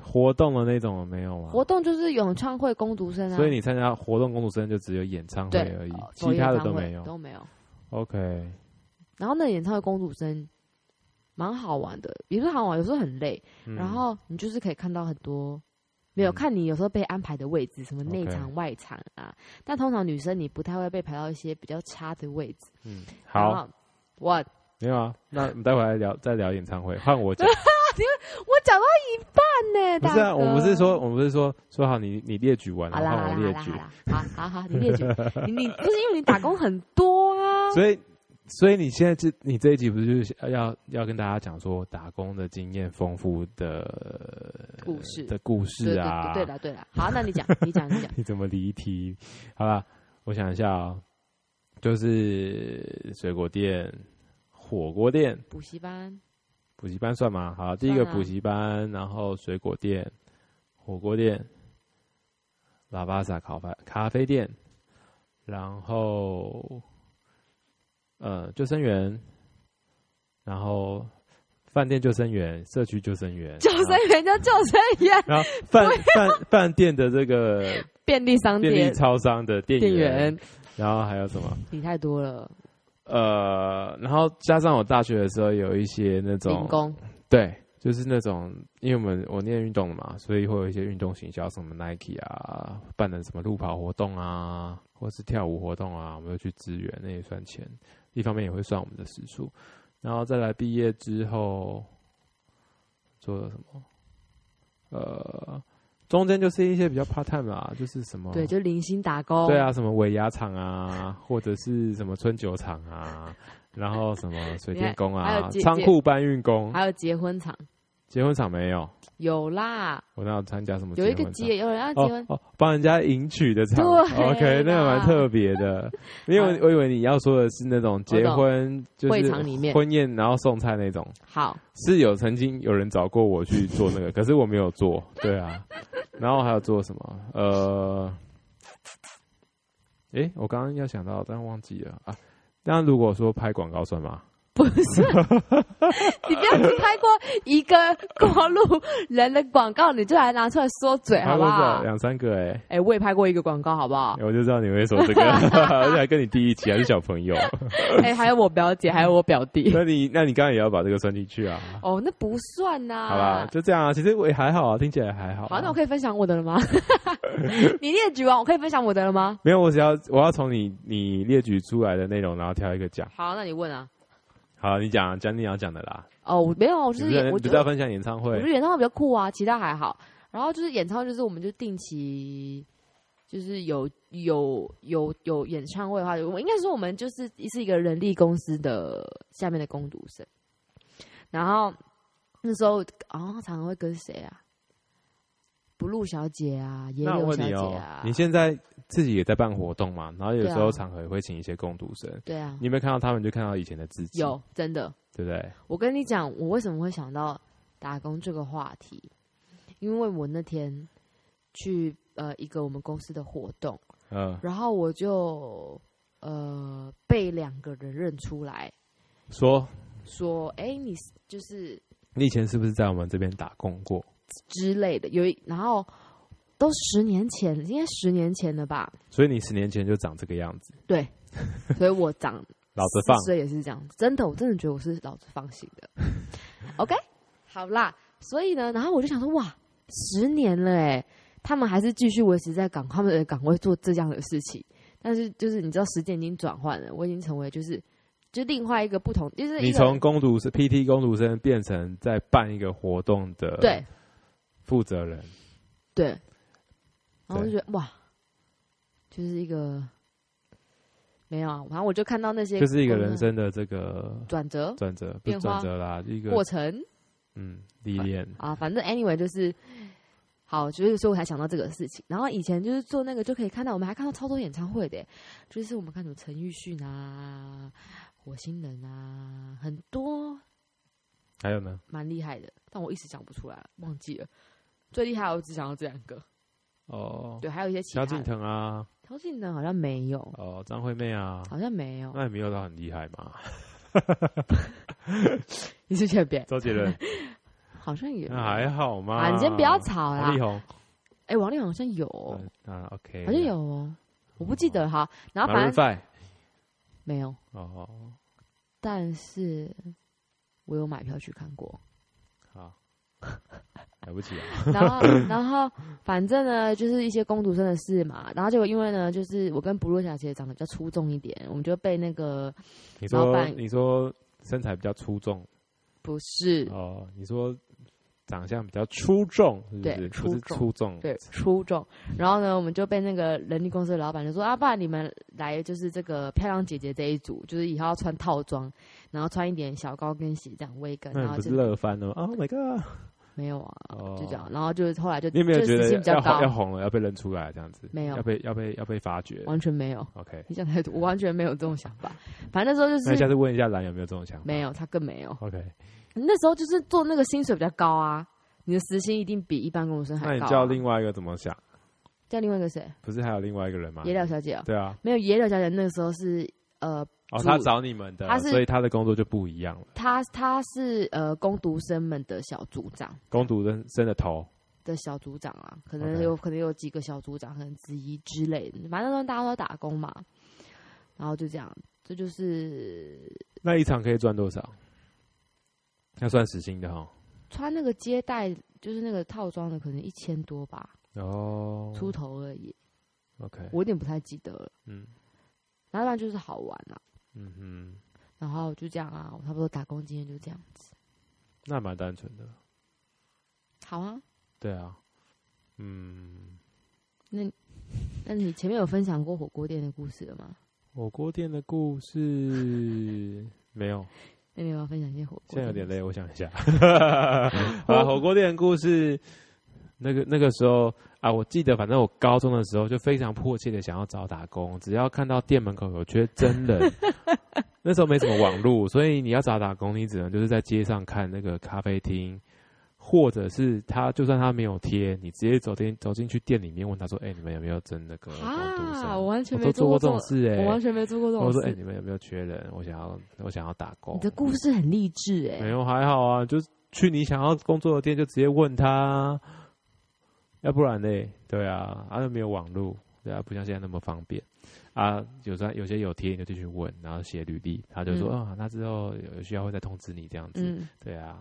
[SPEAKER 2] 活动的那种有没有吗？
[SPEAKER 1] 活动就是演唱会、攻读生啊，
[SPEAKER 2] 哦所以你参加活动工读生就只有演唱会
[SPEAKER 1] 对
[SPEAKER 2] 而已
[SPEAKER 1] 哦，
[SPEAKER 2] 其他的
[SPEAKER 1] 走
[SPEAKER 2] 都
[SPEAKER 1] 演唱会
[SPEAKER 2] 没有。
[SPEAKER 1] 都没有。
[SPEAKER 2] OK，
[SPEAKER 1] 然后那演唱会攻读生蛮好玩的，也不是好玩，有时候很累。
[SPEAKER 2] 嗯
[SPEAKER 1] 然后你就是可以看到很多。没有
[SPEAKER 2] 嗯
[SPEAKER 1] 看你有时候被安排的位置，什么内
[SPEAKER 2] OK
[SPEAKER 1] 场、外场啊。但通常女生你不太会被排到一些比较差的位置。
[SPEAKER 2] 嗯，好，，
[SPEAKER 1] 我
[SPEAKER 2] 没有啊。那我们待会来聊，再聊演唱会，换我讲。
[SPEAKER 1] 我讲到一半呢，
[SPEAKER 2] 不
[SPEAKER 1] 大
[SPEAKER 2] 是啊，
[SPEAKER 1] 哥
[SPEAKER 2] 我们不是说，我们不是说说好你你列举完，
[SPEAKER 1] 好啦
[SPEAKER 2] 然后
[SPEAKER 1] 好啦好
[SPEAKER 2] 换我列
[SPEAKER 1] 啦
[SPEAKER 2] 举
[SPEAKER 1] 好。啦，好好好，你列举，你你不是因为你打工很多啊？
[SPEAKER 2] 所以，所以你现在这你这一集不是就是要要跟大家讲说打工的经验丰富的
[SPEAKER 1] 故事
[SPEAKER 2] 的故
[SPEAKER 1] 对
[SPEAKER 2] 事呃啊？
[SPEAKER 1] 对对对了对了，好，那你讲，你讲，你 讲，
[SPEAKER 2] 你怎么离题？好啦，我想一下哦，就是水果店、火锅店、
[SPEAKER 1] 补习班，
[SPEAKER 2] 补习班算吗？好，第一个
[SPEAKER 1] 算啊
[SPEAKER 2] 补习班，然后水果店、火锅店、拉巴萨咖啡咖啡店，然后呃救生员，然后饭店救生员、社区救生员、
[SPEAKER 1] 救生员叫救生员，
[SPEAKER 2] 然后，然后饭饭饭店的 这个
[SPEAKER 1] 便利商
[SPEAKER 2] 便利
[SPEAKER 1] 店
[SPEAKER 2] 超商的店
[SPEAKER 1] 店
[SPEAKER 2] 员
[SPEAKER 1] 员，，
[SPEAKER 2] 然后还有什么？
[SPEAKER 1] 你太多了，
[SPEAKER 2] 呃，然后加上我大学的时候有一些那
[SPEAKER 1] 零
[SPEAKER 2] 种
[SPEAKER 1] 工，
[SPEAKER 2] 对，就是那种，因为我们我念运动的嘛，所以会有一些运动行销，什么 Nike 啊，办的什么路跑活动啊，或是跳舞活动啊，我们就去支援，那也算钱，一方面也会算我们的时数。然后再来毕业之后做了什么？呃，中间就是一些比较 part time 啦，就是什么
[SPEAKER 1] 对，就零星打工，
[SPEAKER 2] 哦对，啊，什么尾牙厂啊，或者是什么春酒厂啊，然后什么水电工
[SPEAKER 1] 还
[SPEAKER 2] 啊
[SPEAKER 1] 有，接
[SPEAKER 2] 仓库搬运工，
[SPEAKER 1] 还有结婚场
[SPEAKER 2] 结婚厂没有，
[SPEAKER 1] 有啦，
[SPEAKER 2] 我哪有参加什么
[SPEAKER 1] 有一个
[SPEAKER 2] 婚场
[SPEAKER 1] 结，有人要结
[SPEAKER 2] 哦
[SPEAKER 1] 婚，
[SPEAKER 2] 哦，帮人家迎娶的场
[SPEAKER 1] 对
[SPEAKER 2] ，OK，那个
[SPEAKER 1] 啦
[SPEAKER 2] 蛮特别的，因为
[SPEAKER 1] 啊
[SPEAKER 2] 我我以为你要说的是那种结婚就
[SPEAKER 1] 会
[SPEAKER 2] 是
[SPEAKER 1] 场里面
[SPEAKER 2] 婚宴然后送菜那种，
[SPEAKER 1] 好，
[SPEAKER 2] 是有曾经有人找过我去做那个，可是我没有做，对啊，然后还有做什么？呃，诶，我刚刚要想到，但忘记了啊。那如果说拍广告算吗？
[SPEAKER 1] 不是，你不要只拍过一个过路人的广告，你就来拿出来说嘴 好不
[SPEAKER 2] 拍过
[SPEAKER 1] 好
[SPEAKER 2] 这？两三个诶，
[SPEAKER 1] 哎、我也拍过一个广告，好不 好？
[SPEAKER 2] 我就知道你会说这个， 而且还跟你第一期还是小朋 友。
[SPEAKER 1] 哎、还有我表姐，还有我表弟。
[SPEAKER 2] 那你那你刚刚也要把这个算进去啊？
[SPEAKER 1] 哦，那不算呐、
[SPEAKER 2] 好啦，就这样啊。其实我也还好啊，听起来还好啊、
[SPEAKER 1] 好，那我可以分享我的了吗？ 你列举完，我可以分享我的了吗？
[SPEAKER 2] 没有，我只要我要从你你列举出来的内容，然后挑一个讲。
[SPEAKER 1] 好，那你问啊。
[SPEAKER 2] 好，你讲啊讲你要讲的啦。
[SPEAKER 1] 哦，我没有，我
[SPEAKER 2] 你
[SPEAKER 1] 就
[SPEAKER 2] 不
[SPEAKER 1] 是
[SPEAKER 2] 是
[SPEAKER 1] 演我
[SPEAKER 2] 你不
[SPEAKER 1] 觉
[SPEAKER 2] 是要
[SPEAKER 1] 得
[SPEAKER 2] 分享演唱
[SPEAKER 1] 我
[SPEAKER 2] 会
[SPEAKER 1] 觉得？演唱会比较酷啊，其他还好。然后就是演唱会，就是我们就定期，就是有有有有演唱会的话，我应该说我们就是是一个人力公司的下面的工读生。然后那时候哦，常常会跟谁啊？不露小姐啊，野
[SPEAKER 2] 那我
[SPEAKER 1] 柳
[SPEAKER 2] 问
[SPEAKER 1] 小
[SPEAKER 2] 你
[SPEAKER 1] 姐
[SPEAKER 2] 哦
[SPEAKER 1] 啊，，
[SPEAKER 2] 你现在自己也在办活动嘛？然后有时
[SPEAKER 1] 对
[SPEAKER 2] 候
[SPEAKER 1] 啊
[SPEAKER 2] 场合也会请一些工读生，
[SPEAKER 1] 对啊
[SPEAKER 2] 你，有没有看到他们就看到以前的自己？
[SPEAKER 1] 有，真的。
[SPEAKER 2] 对不对？
[SPEAKER 1] 我跟你讲，我为什么会想到打工这个话题，因为我那天去呃一个我们公司的活动，
[SPEAKER 2] 嗯，
[SPEAKER 1] 然后我就呃被两个人认出来，
[SPEAKER 2] 说
[SPEAKER 1] 说：“哎、你是就是
[SPEAKER 2] 你以前是不是在我们这边打工过？
[SPEAKER 1] 之类的。”有一，然后都十年前，应该十年前了吧？
[SPEAKER 2] 所以你十年前就长这个样子，
[SPEAKER 1] 对，所以我长
[SPEAKER 2] 老子放。
[SPEAKER 1] 所以也是这样，真的，我真的觉得我是老子放心 的。OK，好啦，所以呢，然后我就想说，哇，十年了哎，他们还是继续维持在岗他们的岗位做这样的事情，但是就是你知道，时间已经转换了，我已经成为就是就另外一个不同，就是一
[SPEAKER 2] 你
[SPEAKER 1] 个
[SPEAKER 2] 从工读生 PT 工读生变成在办一个活动的
[SPEAKER 1] 对
[SPEAKER 2] 负责人，
[SPEAKER 1] 对，然后我就觉
[SPEAKER 2] 对
[SPEAKER 1] 得哇，就是一个没有啊，反正我就看到那些
[SPEAKER 2] 就是一个
[SPEAKER 1] 工作
[SPEAKER 2] 人生的这个
[SPEAKER 1] 转折
[SPEAKER 2] 转折，不
[SPEAKER 1] 变
[SPEAKER 2] 是
[SPEAKER 1] 化
[SPEAKER 2] 转折啦，一个
[SPEAKER 1] 过程。
[SPEAKER 2] 嗯历练。
[SPEAKER 1] 啊，反正 anyway 就是好，就是所以我才想到这个事情。然后以前就是做那个就可以看到，我们还看到超多演唱会的耶，就是我们看什么陈奕迅啊、火星人啊，很多
[SPEAKER 2] 还有呢？
[SPEAKER 1] 蛮厉害的，但我一时想不出来了，忘记了。最厉害我只想到这两个，
[SPEAKER 2] 哦，
[SPEAKER 1] 对，还有一些其他
[SPEAKER 2] 萧
[SPEAKER 1] 的。
[SPEAKER 2] 敬腾啊，
[SPEAKER 1] 萧敬腾好像没有，
[SPEAKER 2] 哦，张惠妹啊，
[SPEAKER 1] 好像没有。
[SPEAKER 2] 那也没有到很厉害嘛。
[SPEAKER 1] 你是这边
[SPEAKER 2] 周 杰伦
[SPEAKER 1] 好像也没有
[SPEAKER 2] 那还好嘛。
[SPEAKER 1] 啊，你先不要吵啦
[SPEAKER 2] 王力。宏
[SPEAKER 1] 哎、王力宏好像有哦，
[SPEAKER 2] 嗯啊，OK，
[SPEAKER 1] 好像有哦，我不记得了哈。然后反
[SPEAKER 2] Maroon
[SPEAKER 1] 正
[SPEAKER 2] Five
[SPEAKER 1] 没有。
[SPEAKER 2] 哦，
[SPEAKER 1] 但是我有买票去看 过。
[SPEAKER 2] 好，了不起啊。
[SPEAKER 1] 然后，然后，反正呢，就是一些工读生的事嘛。然后结果因为呢，就是我跟不落小姐长得比较出众一点，我们就被那个
[SPEAKER 2] 你
[SPEAKER 1] 老
[SPEAKER 2] 说
[SPEAKER 1] 板
[SPEAKER 2] 你说身材比较出众
[SPEAKER 1] 不是
[SPEAKER 2] 哦，你说长相比较出众，是不
[SPEAKER 1] 对
[SPEAKER 2] 是？
[SPEAKER 1] 出
[SPEAKER 2] 不是
[SPEAKER 1] 众
[SPEAKER 2] 出众，
[SPEAKER 1] 对出众，然后呢，我们就被那个人力公司的老板就说啊，不然你们来就是这个漂亮姐姐这一组，就是以后要穿套装，然后穿一点小高跟鞋这样微跟，
[SPEAKER 2] 那
[SPEAKER 1] 然
[SPEAKER 2] 你
[SPEAKER 1] 后
[SPEAKER 2] 哎不是
[SPEAKER 1] 就
[SPEAKER 2] 乐翻了吗？Oh my god！
[SPEAKER 1] 没有啊，
[SPEAKER 2] 哦
[SPEAKER 1] 就这样。然后就是后来就
[SPEAKER 2] 你有没有
[SPEAKER 1] 就
[SPEAKER 2] 觉
[SPEAKER 1] 自
[SPEAKER 2] 得
[SPEAKER 1] 信比较
[SPEAKER 2] 要
[SPEAKER 1] 高
[SPEAKER 2] 要，红了，要被认出来这样子？
[SPEAKER 1] 没有
[SPEAKER 2] 要被要被要被发掘。
[SPEAKER 1] 完全没有。
[SPEAKER 2] OK，
[SPEAKER 1] 你讲太多，我完全没有这种想法。反正那时候就
[SPEAKER 2] 那下
[SPEAKER 1] 是
[SPEAKER 2] 次问一下蓝有没有这种想法？
[SPEAKER 1] 没。有，他更没有。
[SPEAKER 2] OK，
[SPEAKER 1] 那时候就是做那个薪水比较高啊，你的时薪一定比一般工读生还
[SPEAKER 2] 那
[SPEAKER 1] 高啊、
[SPEAKER 2] 你叫另外一个怎么想？
[SPEAKER 1] 叫另外一个谁？
[SPEAKER 2] 不是还有另外一个人吗？
[SPEAKER 1] 野柳小姐哦、
[SPEAKER 2] 对啊，
[SPEAKER 1] 没有野柳小姐那时候是呃，
[SPEAKER 2] 哦，
[SPEAKER 1] 主
[SPEAKER 2] 他找你们的
[SPEAKER 1] 他，是
[SPEAKER 2] 所以他的工作就不一样了。
[SPEAKER 1] 她她是呃工读生们的小组长
[SPEAKER 2] 工读生生的头，
[SPEAKER 1] 的小组长啊，可能
[SPEAKER 2] OK
[SPEAKER 1] 有可能有几个小组长，可能之一之类的，反正那时候大家都打工嘛，然后就这样，这就是
[SPEAKER 2] 那一场可以赚多少？那算时薪的哈。
[SPEAKER 1] 穿那个接待就是那个套装的，可能一千多吧，
[SPEAKER 2] 哦
[SPEAKER 1] 出头而已，
[SPEAKER 2] ，OK，
[SPEAKER 1] 我有点不太记得了。
[SPEAKER 2] 嗯
[SPEAKER 1] 然后当然就是好玩啊，
[SPEAKER 2] 嗯哼，
[SPEAKER 1] 然后就这样啊，我差不多打工经验就这样子。
[SPEAKER 2] 那蛮单纯的。
[SPEAKER 1] 好啊，
[SPEAKER 2] 对啊，嗯，
[SPEAKER 1] 那你前面有分享过火锅店的故事了吗？
[SPEAKER 2] 火锅店的故事 没有，
[SPEAKER 1] 那你有没有分享一些火锅？
[SPEAKER 2] 现在有点。累，我想一下。啊，火锅店的故事，那个那个时候啊，我记得，反正我高中的时候就非常迫切的想要找打工，只要看到店门口有缺真人。 那时候没什么网络，所以你要找打工，你只能就是在街上看那个咖啡厅，或者是他就算他没有贴，你直接走进走进去店里面问他说：“哎、你们有没有真那个工读生？”
[SPEAKER 1] 啊，我完全
[SPEAKER 2] 我
[SPEAKER 1] 没
[SPEAKER 2] 都做
[SPEAKER 1] 过
[SPEAKER 2] 过这种事哎、
[SPEAKER 1] 我完全没做过这
[SPEAKER 2] 我
[SPEAKER 1] 种
[SPEAKER 2] 说：“哎、
[SPEAKER 1] 事。
[SPEAKER 2] 你们有没有缺人？我想要，我想要打工。”
[SPEAKER 1] 你的故事很励志哎、
[SPEAKER 2] 没有还好啊，就是去你想要工作的店就直接问他，要不然呢？对啊，啊又没有网络，对啊，不像现在那么方便啊。有时候有些有贴你就进去问，然后写履历，他就说、
[SPEAKER 1] 嗯
[SPEAKER 2] 啊，那之后有需要会再通知你这样子。
[SPEAKER 1] 嗯，
[SPEAKER 2] 对啊，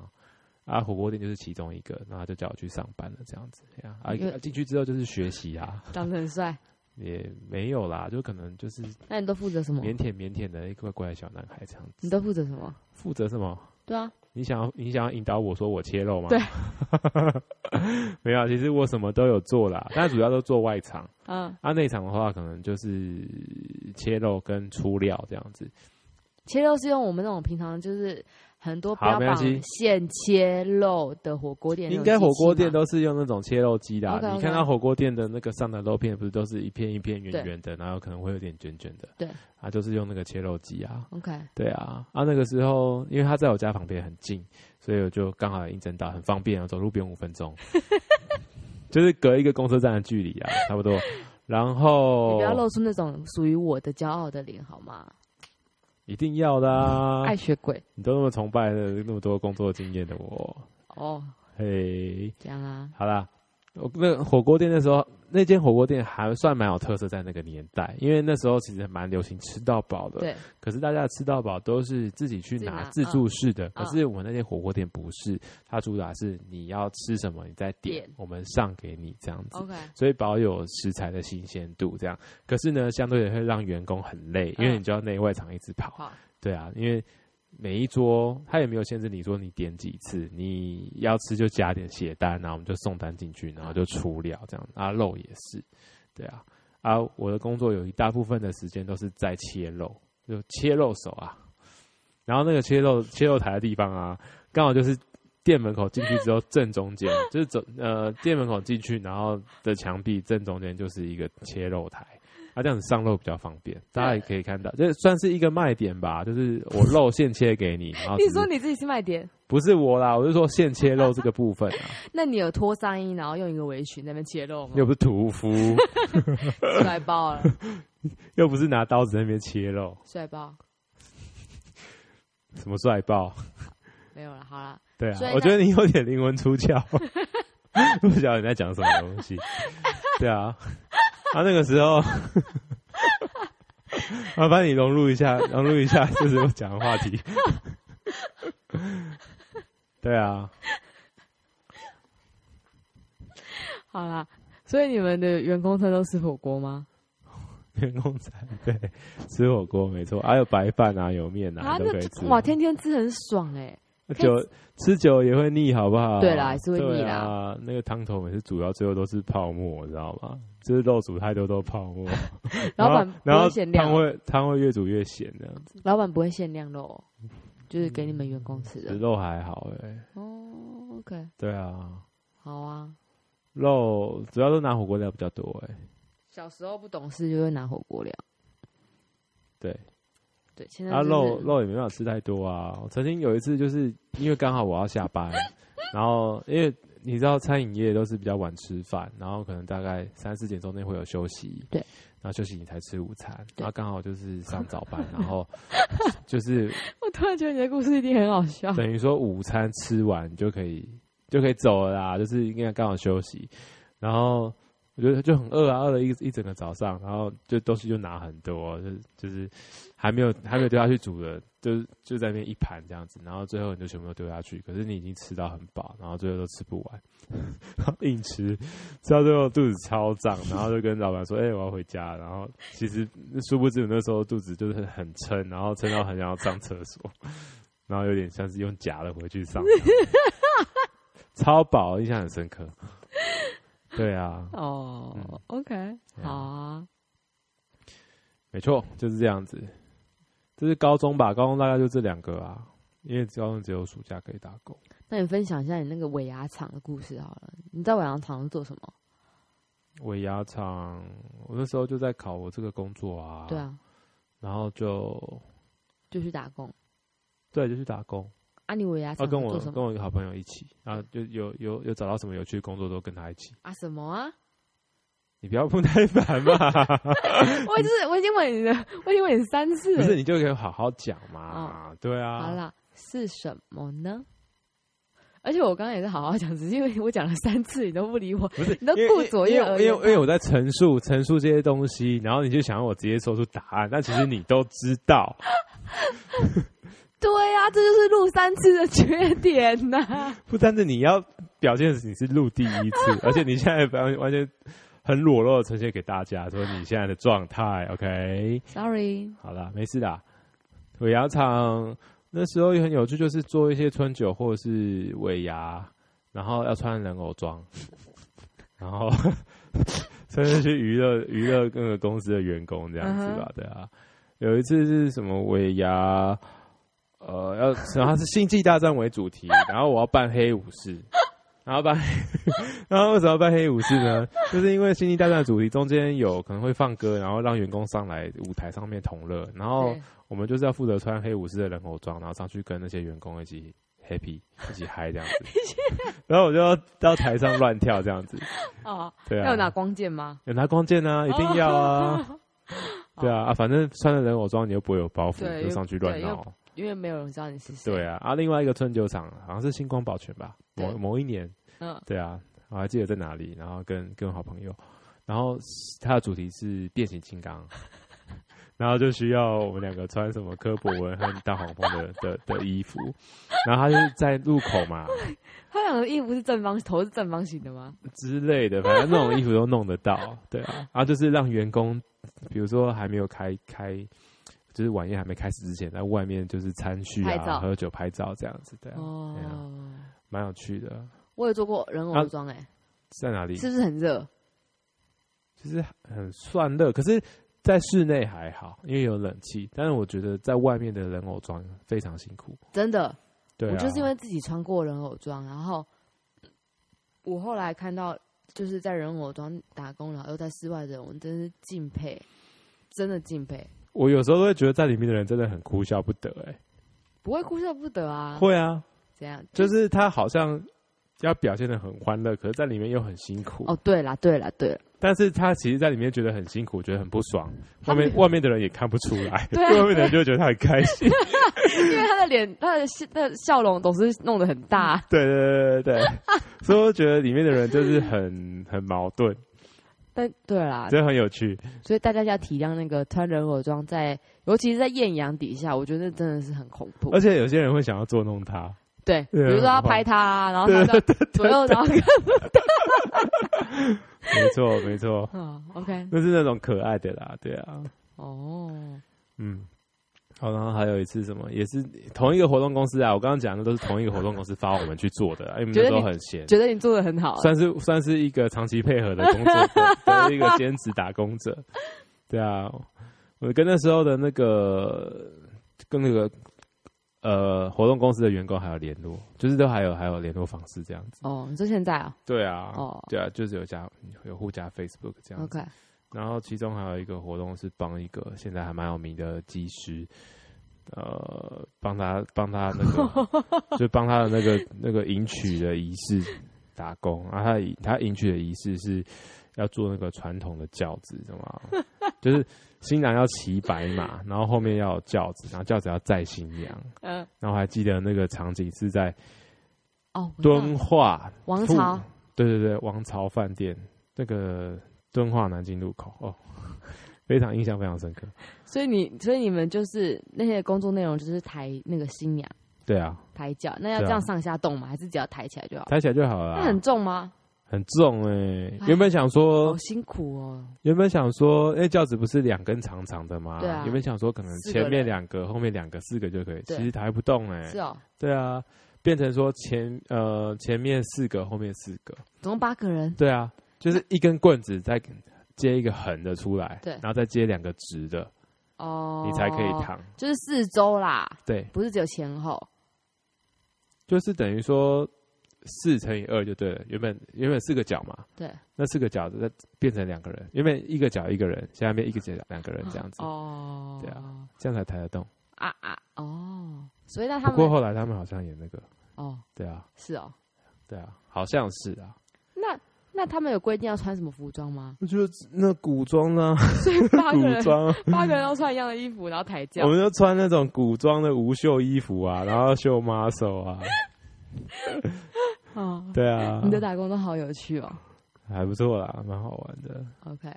[SPEAKER 2] 啊火锅店就是其中一个，然后他就叫我去上班了这样子。对啊，啊
[SPEAKER 1] 因为
[SPEAKER 2] 啊进去之后就是学习啊，
[SPEAKER 1] 长得很帅。
[SPEAKER 2] 也没有啦，就可能就是
[SPEAKER 1] 那你都负责什么？
[SPEAKER 2] 腼腆腼腆的一个乖乖的小男孩这样
[SPEAKER 1] 你
[SPEAKER 2] 子。
[SPEAKER 1] 都负责什么？
[SPEAKER 2] 负责什么？
[SPEAKER 1] 对啊，
[SPEAKER 2] 你想要你想要引导我说我切肉吗？
[SPEAKER 1] 对，
[SPEAKER 2] 没有啊，其实我什么都有做啦，但主要都做外场。
[SPEAKER 1] 嗯，
[SPEAKER 2] 啊，内场的话，可能就是切肉跟出料这样子。
[SPEAKER 1] 切肉是用我们那种平常就是很多
[SPEAKER 2] 好
[SPEAKER 1] 标
[SPEAKER 2] 没关
[SPEAKER 1] 榜
[SPEAKER 2] 系
[SPEAKER 1] 现切肉的火锅店那种
[SPEAKER 2] 应
[SPEAKER 1] 机器嘛，
[SPEAKER 2] 该火锅店都是用那种切肉机的啊、
[SPEAKER 1] OK，OK
[SPEAKER 2] 你看到火锅店的那个上的肉片，不是都是一片一片圆圆的，然后可能会有点卷卷的。
[SPEAKER 1] 对，
[SPEAKER 2] 啊，就是用那个切肉机啊。
[SPEAKER 1] OK，
[SPEAKER 2] 对啊，啊那个时候因为他在我家旁边很近，所以我就刚好应征到，很方便啊，走路不用五 分钟，就是隔一个公车站的距离啊，差不多。然
[SPEAKER 1] 你
[SPEAKER 2] 后
[SPEAKER 1] 不要露出那种属于我的骄傲的脸好吗？
[SPEAKER 2] 一定要的、啊，
[SPEAKER 1] 爱学鬼
[SPEAKER 2] 你都那么崇拜了那么多工作经验的我，
[SPEAKER 1] 哦，
[SPEAKER 2] 嘿，
[SPEAKER 1] 这样啊，
[SPEAKER 2] 好啦，我那火锅店那时候那间火锅店还算蛮有特色，在那个年代，因为那时候其实蛮流行吃到饱的。
[SPEAKER 1] 对，
[SPEAKER 2] 可是大家的吃到饱都是自己去拿
[SPEAKER 1] 自
[SPEAKER 2] 自
[SPEAKER 1] 己拿
[SPEAKER 2] 助式的，可
[SPEAKER 1] 嗯
[SPEAKER 2] 是我们那间火锅店不是，它主打是你要吃什么你再点
[SPEAKER 1] 点，
[SPEAKER 2] 我们上给你这样子。
[SPEAKER 1] OK，
[SPEAKER 2] 所以保有食材的新鲜度，这样。可是呢，相对也会让员工很累，因为
[SPEAKER 1] 嗯
[SPEAKER 2] 你就要内外场一直跑。
[SPEAKER 1] 好，
[SPEAKER 2] 对啊，因为每一桌他也没有限制你说你点几次，你要吃就加点写单，然后我们就送单进去，然后就出料这样。啊，肉也是，对啊，啊，我的工作有一大部分的时间都是在切肉，就切肉手啊。然后那个切肉切肉台的地方啊，刚好就是店门口进去之后正中间，就是走呃店门口进去，然后的墙壁正中间就是一个切肉台，啊这样子上肉比较方便，大家也可以看到，这算是一个卖点吧，就是我肉现切给你，然后
[SPEAKER 1] 你
[SPEAKER 2] 只是
[SPEAKER 1] 说你自己是卖点，
[SPEAKER 2] 不是我啦，我是说现切肉这个部分 啊，
[SPEAKER 1] 那你有脱上衣，然后用一个围裙在那边切肉吗？
[SPEAKER 2] 又不是屠夫，
[SPEAKER 1] 帅爆 了，
[SPEAKER 2] 又不是拿刀子在那边切肉，
[SPEAKER 1] 帅爆，
[SPEAKER 2] 什么帅爆？
[SPEAKER 1] 没有了，好了，
[SPEAKER 2] 对啊
[SPEAKER 1] 所以，那
[SPEAKER 2] 我觉得你有点灵魂出窍， 不晓得你在讲什么东西。对啊，啊那个时候，麻烦你融入一下，融入一下，就是我讲的话题。对啊，
[SPEAKER 1] 好啦，所以你们的员工餐都吃火锅吗？
[SPEAKER 2] 员工餐对，吃火锅没错，还、有白饭啊，有面啊，都
[SPEAKER 1] 那
[SPEAKER 2] 可以吃
[SPEAKER 1] 这。哇，天天吃很爽哎、可以
[SPEAKER 2] 酒吃久也会腻，好不好？
[SPEAKER 1] 对啦还是会腻啦
[SPEAKER 2] 对啊。那个汤头每次煮到最后都是泡沫，你知道吗？就是肉煮太多都泡沫。
[SPEAKER 1] 老板不
[SPEAKER 2] 然后
[SPEAKER 1] 会限量哦
[SPEAKER 2] 汤，会汤会越煮越咸的，
[SPEAKER 1] 老板不会限量肉哦，就是给你们员工吃的。
[SPEAKER 2] 肉还好哎、
[SPEAKER 1] 哦，OK，
[SPEAKER 2] 对啊，
[SPEAKER 1] 好啊。
[SPEAKER 2] 肉主要都拿火锅料比较多哎、
[SPEAKER 1] 小时候不懂事就会拿火锅料，
[SPEAKER 2] 对，
[SPEAKER 1] 对，现在、嗯
[SPEAKER 2] 啊
[SPEAKER 1] 就是、
[SPEAKER 2] 肉肉也没办法吃太多啊。我曾经有一次就是因为刚好我要下班，然后因为你知道餐饮业都是比较晚吃饭，然后可能大概三四点钟内会有休息，
[SPEAKER 1] 对，
[SPEAKER 2] 然后休息你才吃午餐，
[SPEAKER 1] 对
[SPEAKER 2] 然后刚好就是上早 班，然后就是
[SPEAKER 1] 我突然觉得你的故事一定很好笑。
[SPEAKER 2] 等于说午餐吃完你就可以就可以走了啦，就是应该刚好休息。然后我觉得就很饿啊，饿了一一整个早上，然后就东西就拿很多，就是就是还没有还没有丢下去煮的，就是就在那边一盘这样子，然后最后你就全部都丢下去，可是你已经吃到很饱，然后最后都吃不完，然后硬吃，吃到最后肚子超胀，然后就跟老板说：“哎、我要回家。”然后其实殊不知我那时候肚子就是很很撑，然后撑到很想要上厕所。然后有点像是用假的回去上，超饱，印象很深刻。对啊，
[SPEAKER 1] 哦、
[SPEAKER 2] 嗯
[SPEAKER 1] o k
[SPEAKER 2] 对啊
[SPEAKER 1] 好啊，
[SPEAKER 2] 没错，就是这样子。这是高中吧？高中大概就这两个啊，因为高中只有暑假可以打工。
[SPEAKER 1] 那你分享一下你那个尾牙厂的故事好了。你在尾牙厂是做什么？
[SPEAKER 2] 尾牙厂，我那时候就在考我这个工作啊。
[SPEAKER 1] 对。啊，
[SPEAKER 2] 然后就
[SPEAKER 1] 就去打工。
[SPEAKER 2] 对，就去打工。
[SPEAKER 1] 啊，你尾牙
[SPEAKER 2] 啊，
[SPEAKER 1] 厂
[SPEAKER 2] 跟
[SPEAKER 1] 做
[SPEAKER 2] 我
[SPEAKER 1] 什
[SPEAKER 2] 跟
[SPEAKER 1] 么？
[SPEAKER 2] 我一个好朋友一起，然后就有有有找到什么有趣的工作都跟他一起。
[SPEAKER 1] 啊，什么啊？
[SPEAKER 2] 你不要不耐烦嘛，
[SPEAKER 1] 我就是我已经问你了，我已经问你三次
[SPEAKER 2] 不
[SPEAKER 1] 了。
[SPEAKER 2] 是你就可以好好讲嘛。对啊。
[SPEAKER 1] 哦好啦，是什么呢？而且我刚刚也是好好讲，只是因为我讲了三次，你都不理我。
[SPEAKER 2] 不是，
[SPEAKER 1] 你都
[SPEAKER 2] 因为
[SPEAKER 1] 顾左右
[SPEAKER 2] 因
[SPEAKER 1] 而
[SPEAKER 2] 为
[SPEAKER 1] 言
[SPEAKER 2] 因为因为我在陈述陈述这些东西，然后你就想要我直接说出答案，但其实你都知道，
[SPEAKER 1] 对啊，这就是录三次的缺点呐、
[SPEAKER 2] 不但是你要表现你是录第一次，而且你现在完完全很裸露的呈现给大家，说你现在的状态，OK，
[SPEAKER 1] Sorry，
[SPEAKER 2] 好啦，没事啦。尾牙厂那时候也很有趣，就是做一些春酒或者是尾牙，然后要穿人偶装，然后 甚至去娱乐娱乐各个公司的员工这样子吧，对啊。有一次是什么尾牙，呃，要然后是星际大战为主题，然后我要扮黑武士，然后扮，然后为什么要扮黑武士呢？就是因为星际大战的主题中间有可能会放歌，然后让员工上来舞台上面同乐，然后
[SPEAKER 1] 对
[SPEAKER 2] 我们就是要负责穿黑武士的人偶装，然后上去跟那些员工一起 happy 一起嗨这 样子，然后我就要到台上乱跳这样子，
[SPEAKER 1] 哦，
[SPEAKER 2] 对啊，
[SPEAKER 1] 要有拿哦光剑吗？
[SPEAKER 2] 有拿光剑啊，一定要啊，对啊，啊反正穿了人偶装你又不会有包袱，
[SPEAKER 1] 对
[SPEAKER 2] 就上去乱
[SPEAKER 1] 对
[SPEAKER 2] 闹。
[SPEAKER 1] 因为没有人知道你是谁。
[SPEAKER 2] 对啊，啊，另外一个春酒厂好像是星光宝泉吧，
[SPEAKER 1] 对
[SPEAKER 2] 某某一年，
[SPEAKER 1] 嗯，
[SPEAKER 2] 对啊，我还记得在哪里，然后跟跟好朋友，然后它的主题是变形金 刚，然后就需要我们两个穿什么科博文和大黄蜂的的的衣服，然后他就在路口嘛
[SPEAKER 1] 他两个衣服是正方，头是正方形的吗？
[SPEAKER 2] 之类的，反正那种衣服都弄得到，对啊，然后就是让员工，比如说还没有开开。就是晚宴还没开始之前，在外面就是餐叙
[SPEAKER 1] 拍照
[SPEAKER 2] 啊、喝酒、拍照这样子，对啊，对啊
[SPEAKER 1] 哦，
[SPEAKER 2] 蛮有趣的。
[SPEAKER 1] 我有做过人偶装，哎，
[SPEAKER 2] 在哪里？
[SPEAKER 1] 是不是很热？
[SPEAKER 2] 其实很算热，可是在室内还好，因为有冷气。但是我觉得在外面的人偶装非常辛苦。
[SPEAKER 1] 真的，
[SPEAKER 2] 对、啊，
[SPEAKER 1] 我就是因为自己穿过人偶装，然后我后来看到就是在人偶装打工，然后又在室外的人，我真是敬佩，真的敬佩，
[SPEAKER 2] 我有时候都会觉得在里面的人真的很哭笑不得、欸。
[SPEAKER 1] 不会哭笑不得啊
[SPEAKER 2] 哎，。会啊，
[SPEAKER 1] 这样
[SPEAKER 2] 就是他好像要表现的很欢乐，可是在里面又很辛苦。
[SPEAKER 1] 哦，对啦，对啦，对啦，
[SPEAKER 2] 但是他其实在里面觉得很辛苦，觉得很不爽。
[SPEAKER 1] 他
[SPEAKER 2] 外
[SPEAKER 1] 们
[SPEAKER 2] 面外面的人也看不出来，
[SPEAKER 1] 对啊
[SPEAKER 2] 外面的人就会觉得他很开 心。
[SPEAKER 1] 因为他的脸，他的笑，他的笑容总是弄得很大，
[SPEAKER 2] 对对对对对，所以我觉得里面的人就是很很矛 盾，
[SPEAKER 1] 但对啦，
[SPEAKER 2] 真的很有趣。
[SPEAKER 1] 所以大家要体谅那个穿人偶装在，尤其是在艳阳底下，我觉得真的是很恐怖
[SPEAKER 2] 而。且有些人会想要捉弄他。
[SPEAKER 1] 对，比
[SPEAKER 2] 对啊
[SPEAKER 1] 如说要拍他啊，然后他这样左右，然后
[SPEAKER 2] 没错，没错，
[SPEAKER 1] 嗯，OK，
[SPEAKER 2] 那是那种可爱的啦，对啊，
[SPEAKER 1] 哦，
[SPEAKER 2] 嗯。好，然后还有一次什么，也是同一个活动公司啊，我刚刚讲的都是同一个活动公司发我们去做的啊，因为我
[SPEAKER 1] 觉得你
[SPEAKER 2] 们
[SPEAKER 1] 哦
[SPEAKER 2] 都很闲，
[SPEAKER 1] 觉得你做的很好，啊
[SPEAKER 2] 算是算是一个长期配合的工作的的一个兼职打工者，对啊，我跟那时候的那个跟那个呃活动公司的员工还有联络，就是都还有还有联络方式这样子，
[SPEAKER 1] 哦，你说现在啊
[SPEAKER 2] 对啊，
[SPEAKER 1] 哦
[SPEAKER 2] 对啊，就是有加有互加 Facebook 这样子。
[SPEAKER 1] ，OK，
[SPEAKER 2] 然后其中还有一个活动是帮一个现在还蛮有名的技师，呃，帮他帮他那 个，就帮他的那个那个迎娶的仪式打工。然后他的仪他迎娶的仪式是要做那个传统的轿子，知道吗？就是新郎要骑白马，然后后面要有轿子，然后轿子要载新娘。
[SPEAKER 1] 嗯，
[SPEAKER 2] 然后我还记得那个场景是在
[SPEAKER 1] 哦，我知道
[SPEAKER 2] 敦化
[SPEAKER 1] 王朝
[SPEAKER 2] 附，对对对，王朝饭店那个敦化南京路口哦，非常印象非常深刻。
[SPEAKER 1] 所以你，所以你们就是那些工作内容就是抬那个新娘
[SPEAKER 2] 对啊，
[SPEAKER 1] 抬脚，那要
[SPEAKER 2] 对
[SPEAKER 1] 这
[SPEAKER 2] 啊
[SPEAKER 1] 样上下动吗？还是只要抬起来就好？
[SPEAKER 2] 抬起来就好了
[SPEAKER 1] 那
[SPEAKER 2] 啊、
[SPEAKER 1] 很重吗？
[SPEAKER 2] 很重哎、
[SPEAKER 1] 唉
[SPEAKER 2] 原本想说
[SPEAKER 1] 好，辛苦哦，
[SPEAKER 2] 原本想说，哎、轿子不是两根长长的吗？
[SPEAKER 1] 对啊
[SPEAKER 2] 原本想说可能
[SPEAKER 1] 四个
[SPEAKER 2] 前面
[SPEAKER 1] 人
[SPEAKER 2] 两个，后面两个，四个就可以，其
[SPEAKER 1] 对
[SPEAKER 2] 实抬不动哎、
[SPEAKER 1] 是哦，
[SPEAKER 2] 对啊，变成说前呃前面四个，后面四个。
[SPEAKER 1] 总共八个人，
[SPEAKER 2] 对啊，就是一根棍子再接一个横的出来，
[SPEAKER 1] 对
[SPEAKER 2] 然后再接两个直的，
[SPEAKER 1] 哦，
[SPEAKER 2] 你才可以，躺。
[SPEAKER 1] 就是四周啦，
[SPEAKER 2] 对，
[SPEAKER 1] 不是只有前后。
[SPEAKER 2] 就是等于说四乘以二就对了。原本原本四个角嘛，
[SPEAKER 1] 对，
[SPEAKER 2] 那四个角再变成两个人，原本一个角一个人，下面一个角两个人这样子，
[SPEAKER 1] 哦，
[SPEAKER 2] 对啊，这样才抬得动。
[SPEAKER 1] 啊啊哦，所以那他
[SPEAKER 2] 不过
[SPEAKER 1] 们
[SPEAKER 2] 后来他们好像也那个，
[SPEAKER 1] 哦
[SPEAKER 2] 对啊，
[SPEAKER 1] 是哦，
[SPEAKER 2] 对啊，好像是啊。？
[SPEAKER 1] 那那他们有规定要穿什么服装吗
[SPEAKER 2] 我觉得那古装呢、
[SPEAKER 1] 所以八
[SPEAKER 2] 古
[SPEAKER 1] 个人
[SPEAKER 2] 装，啊哦
[SPEAKER 1] 八个人都穿一样的衣服，然后抬轿
[SPEAKER 2] 我，们就穿那种古装的无袖衣服啊，然后秀 muscle 啊，
[SPEAKER 1] 哦，
[SPEAKER 2] 对啊
[SPEAKER 1] 你，的打工都好有趣哦。
[SPEAKER 2] 还不错啦，蛮好玩的。
[SPEAKER 1] OK，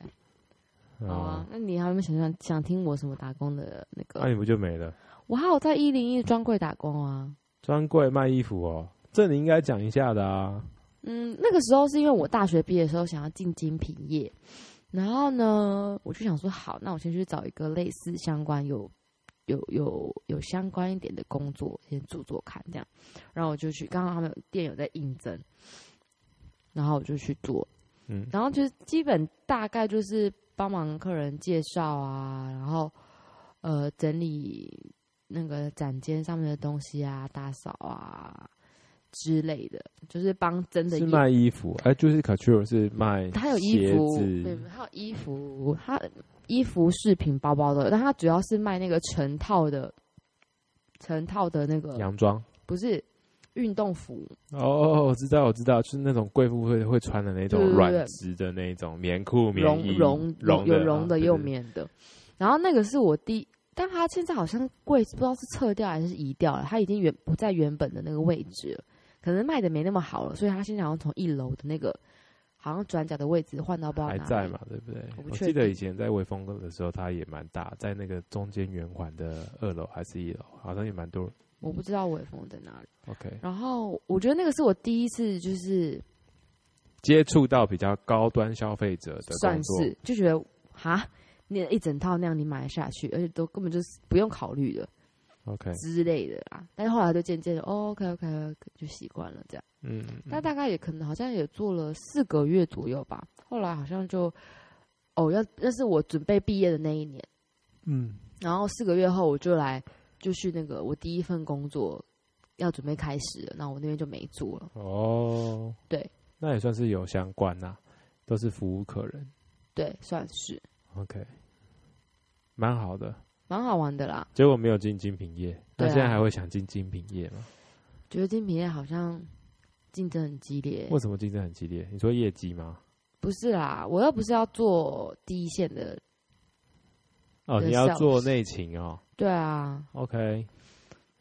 [SPEAKER 2] 嗯
[SPEAKER 1] 好啊，，那你还有没有想想想听我什么打工的那
[SPEAKER 2] 那、
[SPEAKER 1] 个？
[SPEAKER 2] 你不就没了？
[SPEAKER 1] 我还有在一零一专柜打工啊。
[SPEAKER 2] 专柜卖衣服哦，这你应该讲一下的啊。
[SPEAKER 1] 嗯，那个时候是因为我大学毕业的时候想要进精品业，然后呢，我就想说，好，那我先去找一个类似相关有有有有相关一点的工作，先做做看这样。然后我就去，刚刚他们有店有在应征，然后我就去做，
[SPEAKER 2] 嗯，
[SPEAKER 1] 然后就是基本大概就是帮忙客人介绍啊，然后呃整理那个展间上面的东西啊、打扫啊之类的，就是帮真的
[SPEAKER 2] 是
[SPEAKER 1] 业
[SPEAKER 2] 卖衣服，哎、就是 couture 是卖
[SPEAKER 1] 他有衣服，
[SPEAKER 2] 鞋
[SPEAKER 1] 对
[SPEAKER 2] 子，
[SPEAKER 1] 他有衣服，他衣服、饰品、包包的，但他主要是卖那个成套的，成套的那个
[SPEAKER 2] 洋装。
[SPEAKER 1] 不是运动服，
[SPEAKER 2] 哦哦，我知道，我知道，就是那种贵妇会会穿的那种
[SPEAKER 1] 对对对
[SPEAKER 2] 软质的那种棉裤、棉
[SPEAKER 1] 绒
[SPEAKER 2] 衣，
[SPEAKER 1] 绒
[SPEAKER 2] 绒
[SPEAKER 1] 有
[SPEAKER 2] 的
[SPEAKER 1] 绒
[SPEAKER 2] 啊
[SPEAKER 1] 的也有
[SPEAKER 2] 对对
[SPEAKER 1] 棉的，然后那个是我第。但他现在好像柜不知道是撤掉还是移掉了，他已经原不在原本的那个位置了，可能卖的没那么好了，所以他现在好像从一楼的那个好像转角的位置换到不知道
[SPEAKER 2] 还
[SPEAKER 1] 哪
[SPEAKER 2] 在
[SPEAKER 1] 里
[SPEAKER 2] 嘛，对不对
[SPEAKER 1] 我？不
[SPEAKER 2] 我
[SPEAKER 1] 确
[SPEAKER 2] 记得
[SPEAKER 1] 定
[SPEAKER 2] 以前在微风的时候，它也蛮大，在那个中间圆环的二楼还是一楼，好像也蛮多。
[SPEAKER 1] 我不知道伟峰在哪里。
[SPEAKER 2] OK，
[SPEAKER 1] 然后我觉得那个是我第一次，就是
[SPEAKER 2] 接触到比较高端消费者的
[SPEAKER 1] 算
[SPEAKER 2] 工作，
[SPEAKER 1] 是就觉得哈，那一整套那样你买得下去，而且都根本就是不用考虑的
[SPEAKER 2] OK，
[SPEAKER 1] 之类的啦。但是后来就渐渐的、哦、OK OK 就习惯了这样。
[SPEAKER 2] 嗯，
[SPEAKER 1] 但大概也可能好像也做了四个月左右吧。后来好像就哦要那是我准备毕业的那一年，
[SPEAKER 2] 嗯，
[SPEAKER 1] 然后四个月后我就来就去那个我第一份工作要准备开始了，那我那边就没做了。
[SPEAKER 2] 哦，
[SPEAKER 1] 对，
[SPEAKER 2] 那也算是有相关呐、都是服务客人
[SPEAKER 1] 对，算是
[SPEAKER 2] ，OK，蛮好的。
[SPEAKER 1] 蛮好玩的啦。
[SPEAKER 2] 结果没有进精品业，那
[SPEAKER 1] 对啊
[SPEAKER 2] 现在还会想进精品业吗？
[SPEAKER 1] 觉得精品业好像竞争很激烈。
[SPEAKER 2] 为什么竞争很激烈？你说业绩吗？
[SPEAKER 1] 不是啦，我又不是要做第一线的。
[SPEAKER 2] 哦，
[SPEAKER 1] 对
[SPEAKER 2] 你要
[SPEAKER 1] sales
[SPEAKER 2] 做内勤哦
[SPEAKER 1] 对啊，
[SPEAKER 2] ，OK，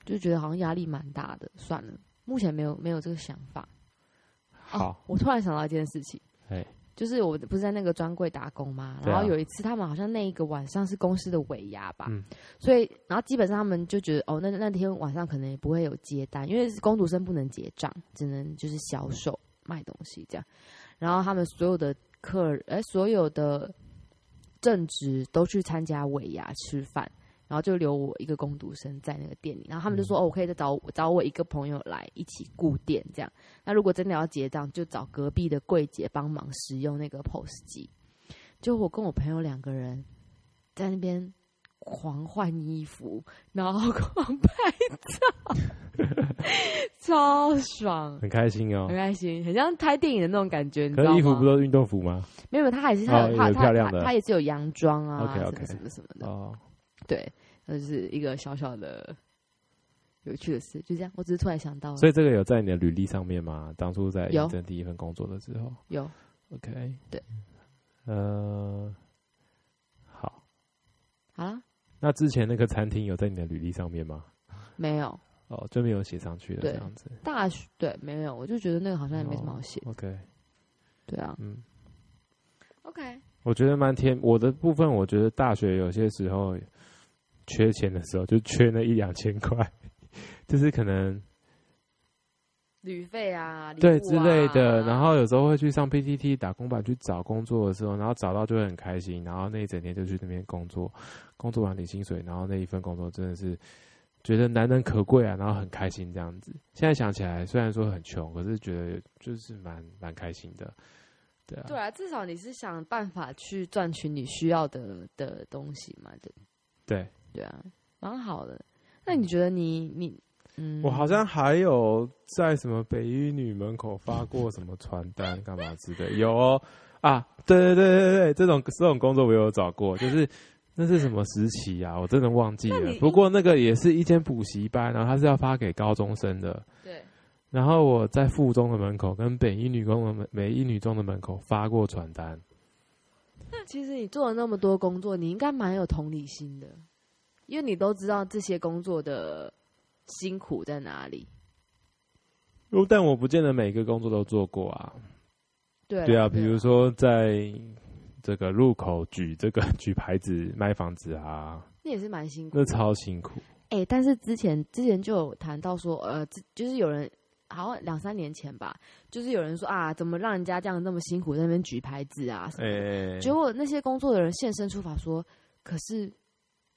[SPEAKER 1] 就觉得好像压力蛮大的。算了，目前没有没有这个想法。哦
[SPEAKER 2] 好，
[SPEAKER 1] 我突然想到一件事情，
[SPEAKER 2] 哎，
[SPEAKER 1] 就是我不是在那个专柜打工嘛，
[SPEAKER 2] 对啊
[SPEAKER 1] 然后有一次他们好像那一个晚上是公司的尾牙吧，
[SPEAKER 2] 嗯
[SPEAKER 1] 所以然后基本上他们就觉得哦，那那天晚上可能也不会有接单，因为是工读生不能结账，只能就是销售卖东西这样。然后他们所有的客人，呃，所有的正职都去参加尾牙吃饭。然后就留我一个工读生在那个店里，然后他们
[SPEAKER 2] 嗯
[SPEAKER 1] 就说：“哦，我可以再找我找我一个朋友来一起顾店这样。”那如果真的要结账，就找隔壁的柜姐帮忙使用那个 POS 机。就我跟我朋友两个人在那边狂换衣服，然后狂拍 照，超爽，
[SPEAKER 2] 很开心哦
[SPEAKER 1] 很。开心，很像拍电影的那种感觉，你知
[SPEAKER 2] 可
[SPEAKER 1] 道吗？
[SPEAKER 2] 是衣服不都是运动服吗？
[SPEAKER 1] 没有，没有他还是他有、
[SPEAKER 2] 哦
[SPEAKER 1] 他
[SPEAKER 2] 有
[SPEAKER 1] 他
[SPEAKER 2] 漂亮
[SPEAKER 1] 他
[SPEAKER 2] 的
[SPEAKER 1] 他也是有洋装啊
[SPEAKER 2] OK，OK
[SPEAKER 1] 什么什么什么的。
[SPEAKER 2] 哦，
[SPEAKER 1] 对，那就是一个小小的有趣的事，就这样。我只是突然想到了，
[SPEAKER 2] 所以这个有在你的履历上面吗？当初在
[SPEAKER 1] 有
[SPEAKER 2] 应征第一份工作的时候
[SPEAKER 1] 有
[SPEAKER 2] ，OK，
[SPEAKER 1] 对，
[SPEAKER 2] 呃，好，
[SPEAKER 1] 好了
[SPEAKER 2] 那之前那个餐厅有在你的履历上面吗？
[SPEAKER 1] 没有？
[SPEAKER 2] 哦，就没有写上去的
[SPEAKER 1] 对
[SPEAKER 2] 这样子
[SPEAKER 1] 大学对没有，我就觉得那个好像也没
[SPEAKER 2] 哦
[SPEAKER 1] 什么好写。
[SPEAKER 2] ，OK，
[SPEAKER 1] 对啊
[SPEAKER 2] 嗯。
[SPEAKER 1] ，OK，
[SPEAKER 2] 我觉得蛮甜。我的部分，我觉得大学有些时候缺钱的时候，就缺那一两千块， 就是可能
[SPEAKER 1] 旅费啊，礼
[SPEAKER 2] 对
[SPEAKER 1] 物
[SPEAKER 2] 之
[SPEAKER 1] 啊
[SPEAKER 2] 类的。然后有时候会去上 PTT 打工版去找工作的时候，然后找到就会很开心，然后那一整天就去那边工作，工作完领薪水，然后那一份工作真的是觉得难能可贵啊，然后很开心这样子。现在想起来，虽然说很穷，可是觉得就是蛮蛮开心的。对啊，
[SPEAKER 1] 对啊，至少你是想办法去赚取你需要的的东西嘛，对
[SPEAKER 2] 对
[SPEAKER 1] 对啊，蛮好的。那你觉得你你嗯，
[SPEAKER 2] 我好像还有在什么北一女门口发过什么传单干嘛之类，有哦啊，对对对对对，这种这种工作我有找过，就是那是什么时期啊，我真的忘记
[SPEAKER 1] 那
[SPEAKER 2] 了
[SPEAKER 1] 你。
[SPEAKER 2] 不过那个也是一间补习班，然后它是要发给高中生的。
[SPEAKER 1] 对
[SPEAKER 2] 然后我在附中的门口跟北一女工的门、北一女中的门口发过传单，
[SPEAKER 1] 其实你做了那么多工作，你应该蛮有同理心的，因为你都知道这些工作的辛苦在哪里。
[SPEAKER 2] 哦但我不见得每个工作都做过啊。
[SPEAKER 1] 对啦
[SPEAKER 2] 对啊，比如说在这个路口举这个举牌子卖房子啊，
[SPEAKER 1] 那也是蛮辛苦
[SPEAKER 2] 那。超辛苦。
[SPEAKER 1] 哎、但是之前之前就有谈到说，呃，之就是有人好像两三年前吧，就是有人说啊，怎么让人家这样那么辛苦在那边举牌子啊什么的
[SPEAKER 2] 诶、
[SPEAKER 1] 结果那些工作的人现身说法说，可是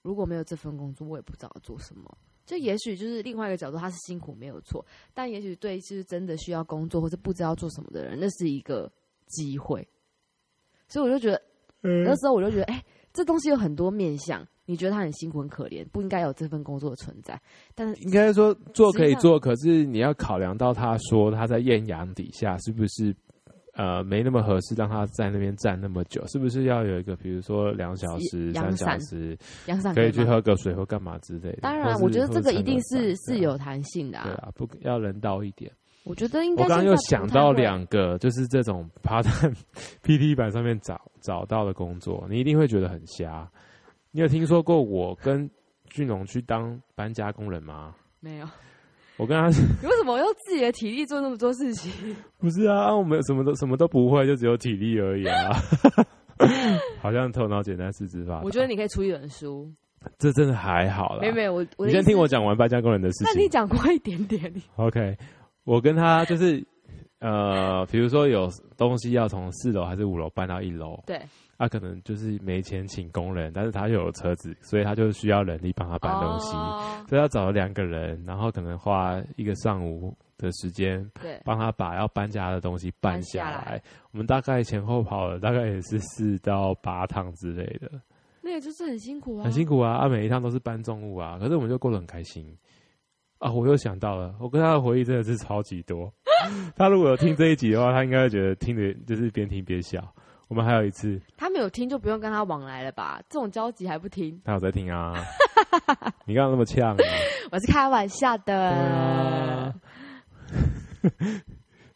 [SPEAKER 1] 如果没有这份工作，我也不知道做什么。就也许就是另外一个角度，他是辛苦没有错，但也许对就是真的需要工作或者不知道做什么的人，那是一个机会。所以我就觉得，那时候我就觉得，哎、这东西有很多面向，你觉得他很辛苦、很可怜，不应该有这份工作的存在。但是
[SPEAKER 2] 应该说做可以
[SPEAKER 1] 实际
[SPEAKER 2] 做，可是你要考量到他说他在艳阳底下是不是呃没那么合适让他在那边站那么久，是不是要有一个比如说两小时、
[SPEAKER 1] 阳
[SPEAKER 2] 三小
[SPEAKER 1] 伞
[SPEAKER 2] 时
[SPEAKER 1] 杨赏
[SPEAKER 2] 可以
[SPEAKER 1] 吗
[SPEAKER 2] 去喝个水或干嘛之类的？
[SPEAKER 1] 当然
[SPEAKER 2] 或
[SPEAKER 1] 啊，
[SPEAKER 2] 是
[SPEAKER 1] 我觉得
[SPEAKER 2] 或
[SPEAKER 1] 这个
[SPEAKER 2] 撑
[SPEAKER 1] 一定
[SPEAKER 2] 伞
[SPEAKER 1] 是
[SPEAKER 2] 对
[SPEAKER 1] 是
[SPEAKER 2] 啊
[SPEAKER 1] 有弹性的
[SPEAKER 2] 对
[SPEAKER 1] 啊。
[SPEAKER 2] 啊，不要人道一点。
[SPEAKER 1] 我觉得应
[SPEAKER 2] 我
[SPEAKER 1] 该。
[SPEAKER 2] 刚刚又想到，两个，就是这种趴在 PT 板上面找找到的工作，你一定会觉得很瞎。你有听说过我跟俊龙去当搬家工人吗？
[SPEAKER 1] 没有，
[SPEAKER 2] 我跟他
[SPEAKER 1] 你为什么用自己的体力做那么多事情？
[SPEAKER 2] 不是啊，我们什么都什么都不会，就只有体力而 已啊。好像头脑简单四肢发达，
[SPEAKER 1] 我觉得你可以出一本书。
[SPEAKER 2] 这真的还好啦。
[SPEAKER 1] 没有没有，我我
[SPEAKER 2] 你
[SPEAKER 1] 的
[SPEAKER 2] 先
[SPEAKER 1] 意思
[SPEAKER 2] 听我讲完搬家工人的事
[SPEAKER 1] 那
[SPEAKER 2] 情
[SPEAKER 1] 你。讲快一点点，你
[SPEAKER 2] OK，我跟他就是呃，比如说有东西要从四楼还是五楼搬到一楼，
[SPEAKER 1] 对
[SPEAKER 2] 他、可能就是没钱请工人，但是他又有车子，所以他就需要人力帮他搬东西，
[SPEAKER 1] 哦
[SPEAKER 2] 所以他找了两个人，然后可能花一个上午的时间
[SPEAKER 1] 对，
[SPEAKER 2] 帮他把要搬家的东西搬下
[SPEAKER 1] 搬下
[SPEAKER 2] 来。我们大概前后跑了大概也是四到八趟之类的，
[SPEAKER 1] 那也就是很辛苦啊，
[SPEAKER 2] 很辛
[SPEAKER 1] 苦。
[SPEAKER 2] 苦啊！啊，每一趟都是搬重物啊，可是我们就过得很开心啊！我又想到了，我跟他的回忆真的是超级多。 他如果有听这一集的话，他应该会觉得听着就是边听边笑。我们还有一次，
[SPEAKER 1] 他没有听就不用跟他往来了吧？这种交集还不听，
[SPEAKER 2] 他有在 听啊，你刚刚那么呛、啊，
[SPEAKER 1] 我是开玩笑的。
[SPEAKER 2] 对啊，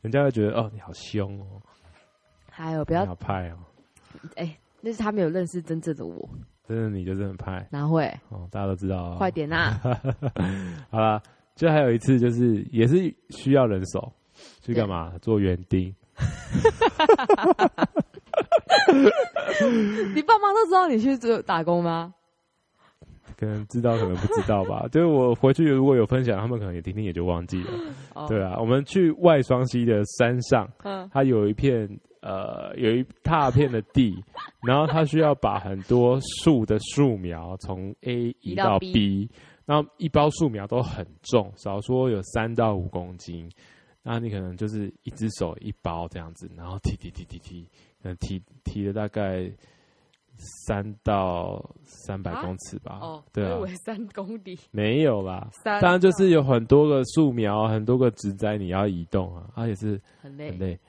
[SPEAKER 2] 人家会觉得哦，你好凶哦，
[SPEAKER 1] 还有不
[SPEAKER 2] 你
[SPEAKER 1] 要
[SPEAKER 2] 好派哦，
[SPEAKER 1] 那是他没有认识真正的我，
[SPEAKER 2] 真的你就是很派
[SPEAKER 1] 哪会？
[SPEAKER 2] 哦，大家都知道、哦。
[SPEAKER 1] 快点啊呐、
[SPEAKER 2] 好啦，就还有一次，就是也是需要人手去干嘛？做园丁。
[SPEAKER 1] 你爸妈都知道你去做打工吗？
[SPEAKER 2] 可能知道，可能不知道 吧。就是我回去如果有分享，他们可能也听听也就忘记了。
[SPEAKER 1] 哦
[SPEAKER 2] 对啊，我们去外双溪的山上，
[SPEAKER 1] 嗯，
[SPEAKER 2] 它有一片呃有一大片的 地，然后它需要把很多树的树苗从 A 移到
[SPEAKER 1] 到
[SPEAKER 2] B，那一包树苗都很重，少说有三到五公斤。那你可能就是一只手一包这样子，然后提提提提提，可能提提了大概三到三百
[SPEAKER 1] 啊
[SPEAKER 2] 公尺吧。
[SPEAKER 1] 哦，
[SPEAKER 2] 对啊
[SPEAKER 1] 我以，为啊嗯三公里，
[SPEAKER 2] 没 有啦。
[SPEAKER 1] 三
[SPEAKER 2] 当然就是有很多个树苗，很多个植栽你要移动啊，而、也是
[SPEAKER 1] 很累
[SPEAKER 2] 很，累。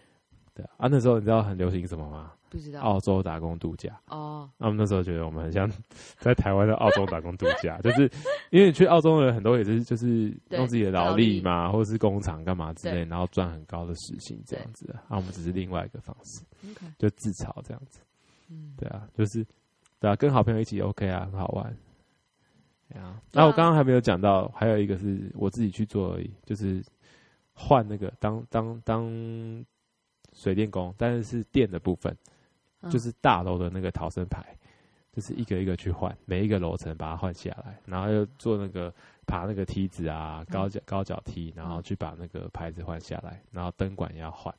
[SPEAKER 2] 对啊，那时候你知道很流行什么吗？
[SPEAKER 1] 不知道
[SPEAKER 2] 澳洲打工度假。啊
[SPEAKER 1] 哦，
[SPEAKER 2] 那我们那时候觉得我们很像 在台湾的澳洲打工度假， 就是因为你去澳洲的人很多也是就是
[SPEAKER 1] 对
[SPEAKER 2] 用自己的劳力嘛，或者是工厂干嘛之
[SPEAKER 1] 对
[SPEAKER 2] 类，然后赚很高的时薪这样子啊。啊，我们只是另外一个方式，就自嘲这样子。
[SPEAKER 1] 嗯，
[SPEAKER 2] 对啊，就是对啊，跟好朋友一起 OK 啊，很好玩。对啊，
[SPEAKER 1] 对
[SPEAKER 2] 那
[SPEAKER 1] 啊
[SPEAKER 2] 我刚刚还没有讲到，还有一个是我自己去做而已，就是换那个当当当水电工，但是是电的部分，
[SPEAKER 1] 嗯
[SPEAKER 2] 就是大楼的那个逃生牌，就是一个一个去换，每一个楼层把它换下来，然后又做那个爬那个梯子啊，高
[SPEAKER 1] 嗯
[SPEAKER 2] 脚高脚梯，然后去把那个牌子换下来，然后灯管也要换。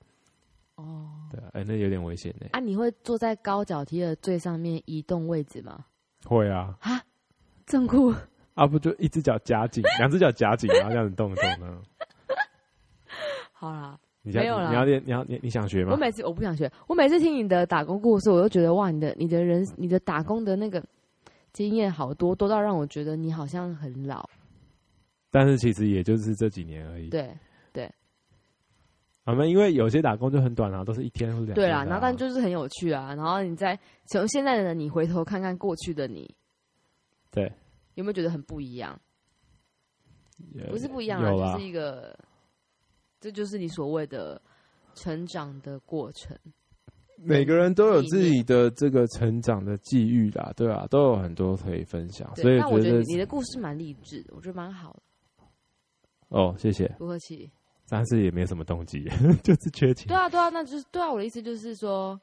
[SPEAKER 1] 哦，
[SPEAKER 2] 对啊，哎、那有点危险呢、
[SPEAKER 1] 啊，你会坐在高脚梯的最上面移动位置吗？
[SPEAKER 2] 会啊，
[SPEAKER 1] 正酷，
[SPEAKER 2] 啊，不就一只脚夹紧，两只脚夹紧，然后这样子动一动呢？
[SPEAKER 1] 好啦，
[SPEAKER 2] 你想
[SPEAKER 1] 没有啦
[SPEAKER 2] 你要练，你要你你想学吗
[SPEAKER 1] 我？每次我不想学，我每次听你的打工故事，我都觉得哇，你的你的人你的打工的那个经验好多，多到让我觉得你好像很老，
[SPEAKER 2] 但是其实也就是这几年而已。
[SPEAKER 1] 对。
[SPEAKER 2] 我们因为有些打工就很短啊，都是一天或两天的啊。
[SPEAKER 1] 对啦，然后但就是很有趣啊。然后你在从现在的你回头看看过去的你，
[SPEAKER 2] 对，
[SPEAKER 1] 有没有觉得很不一样？
[SPEAKER 2] 呃
[SPEAKER 1] 不是不一样啊，
[SPEAKER 2] 有啦
[SPEAKER 1] 就是一个，这就是你所谓的成长的过程。
[SPEAKER 2] 每个人都有自己的这个成长的际遇啦，对啊，都有很多可以分享，所
[SPEAKER 1] 对，
[SPEAKER 2] 以
[SPEAKER 1] 但我觉
[SPEAKER 2] 觉
[SPEAKER 1] 得
[SPEAKER 2] 得
[SPEAKER 1] 你你的故事蛮励志的，我觉得蛮好的，
[SPEAKER 2] 哦，谢谢，
[SPEAKER 1] 不客气。
[SPEAKER 2] 但是也没什么动机， 就是缺钱
[SPEAKER 1] 对啊，对啊，那就是对啊。我的意思就是说，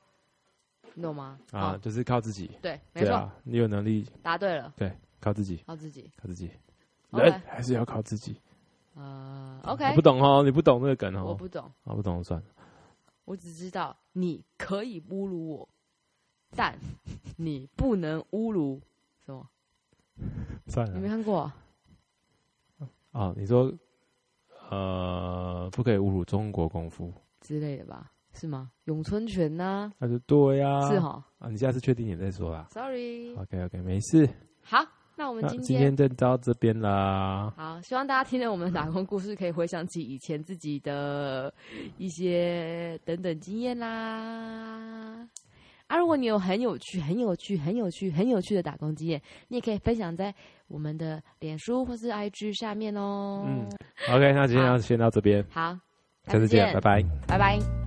[SPEAKER 1] 你懂吗？
[SPEAKER 2] 啊，
[SPEAKER 1] 好，
[SPEAKER 2] 就是靠自己，
[SPEAKER 1] 对，哦没
[SPEAKER 2] 对
[SPEAKER 1] 错，
[SPEAKER 2] 啊，你有能力
[SPEAKER 1] 答对了，
[SPEAKER 2] 靠自己，
[SPEAKER 1] 靠自己。
[SPEAKER 2] 靠自己，
[SPEAKER 1] OK
[SPEAKER 2] 人还是要靠自己。
[SPEAKER 1] 呃
[SPEAKER 2] 我
[SPEAKER 1] ，OK，
[SPEAKER 2] 不懂哦，你不懂那个梗
[SPEAKER 1] 我
[SPEAKER 2] 哦，
[SPEAKER 1] 不懂。
[SPEAKER 2] 啊，不懂就算了。
[SPEAKER 1] 我只知道你可以侮辱我，但你不能侮辱什么？
[SPEAKER 2] 算
[SPEAKER 1] 你没
[SPEAKER 2] 了
[SPEAKER 1] 看过啊、
[SPEAKER 2] 啊！你说，呃，不可以侮辱中国功夫，
[SPEAKER 1] 之类的吧？是吗？咏春拳呐、
[SPEAKER 2] 啊那就对呀、啊
[SPEAKER 1] 是哈哦
[SPEAKER 2] 啊，你下次确定点再说啦。
[SPEAKER 1] ，Sorry。
[SPEAKER 2] OK OK，没事。
[SPEAKER 1] 好，那我们
[SPEAKER 2] 那
[SPEAKER 1] 今
[SPEAKER 2] 今天就到这边啦。
[SPEAKER 1] 好，希望大家听了我们的打工故事，可以回想起以前自己的一些等等经验啦。啊，如果你有很有趣、很有趣、很有趣、很有趣的打工经验，你也可以分享在我们的脸书或是 IG 下面哦。
[SPEAKER 2] 嗯，OK，那今天
[SPEAKER 1] 好
[SPEAKER 2] 要先到这边，
[SPEAKER 1] 好，下
[SPEAKER 2] 下次
[SPEAKER 1] 次
[SPEAKER 2] 见，拜拜。
[SPEAKER 1] 拜拜。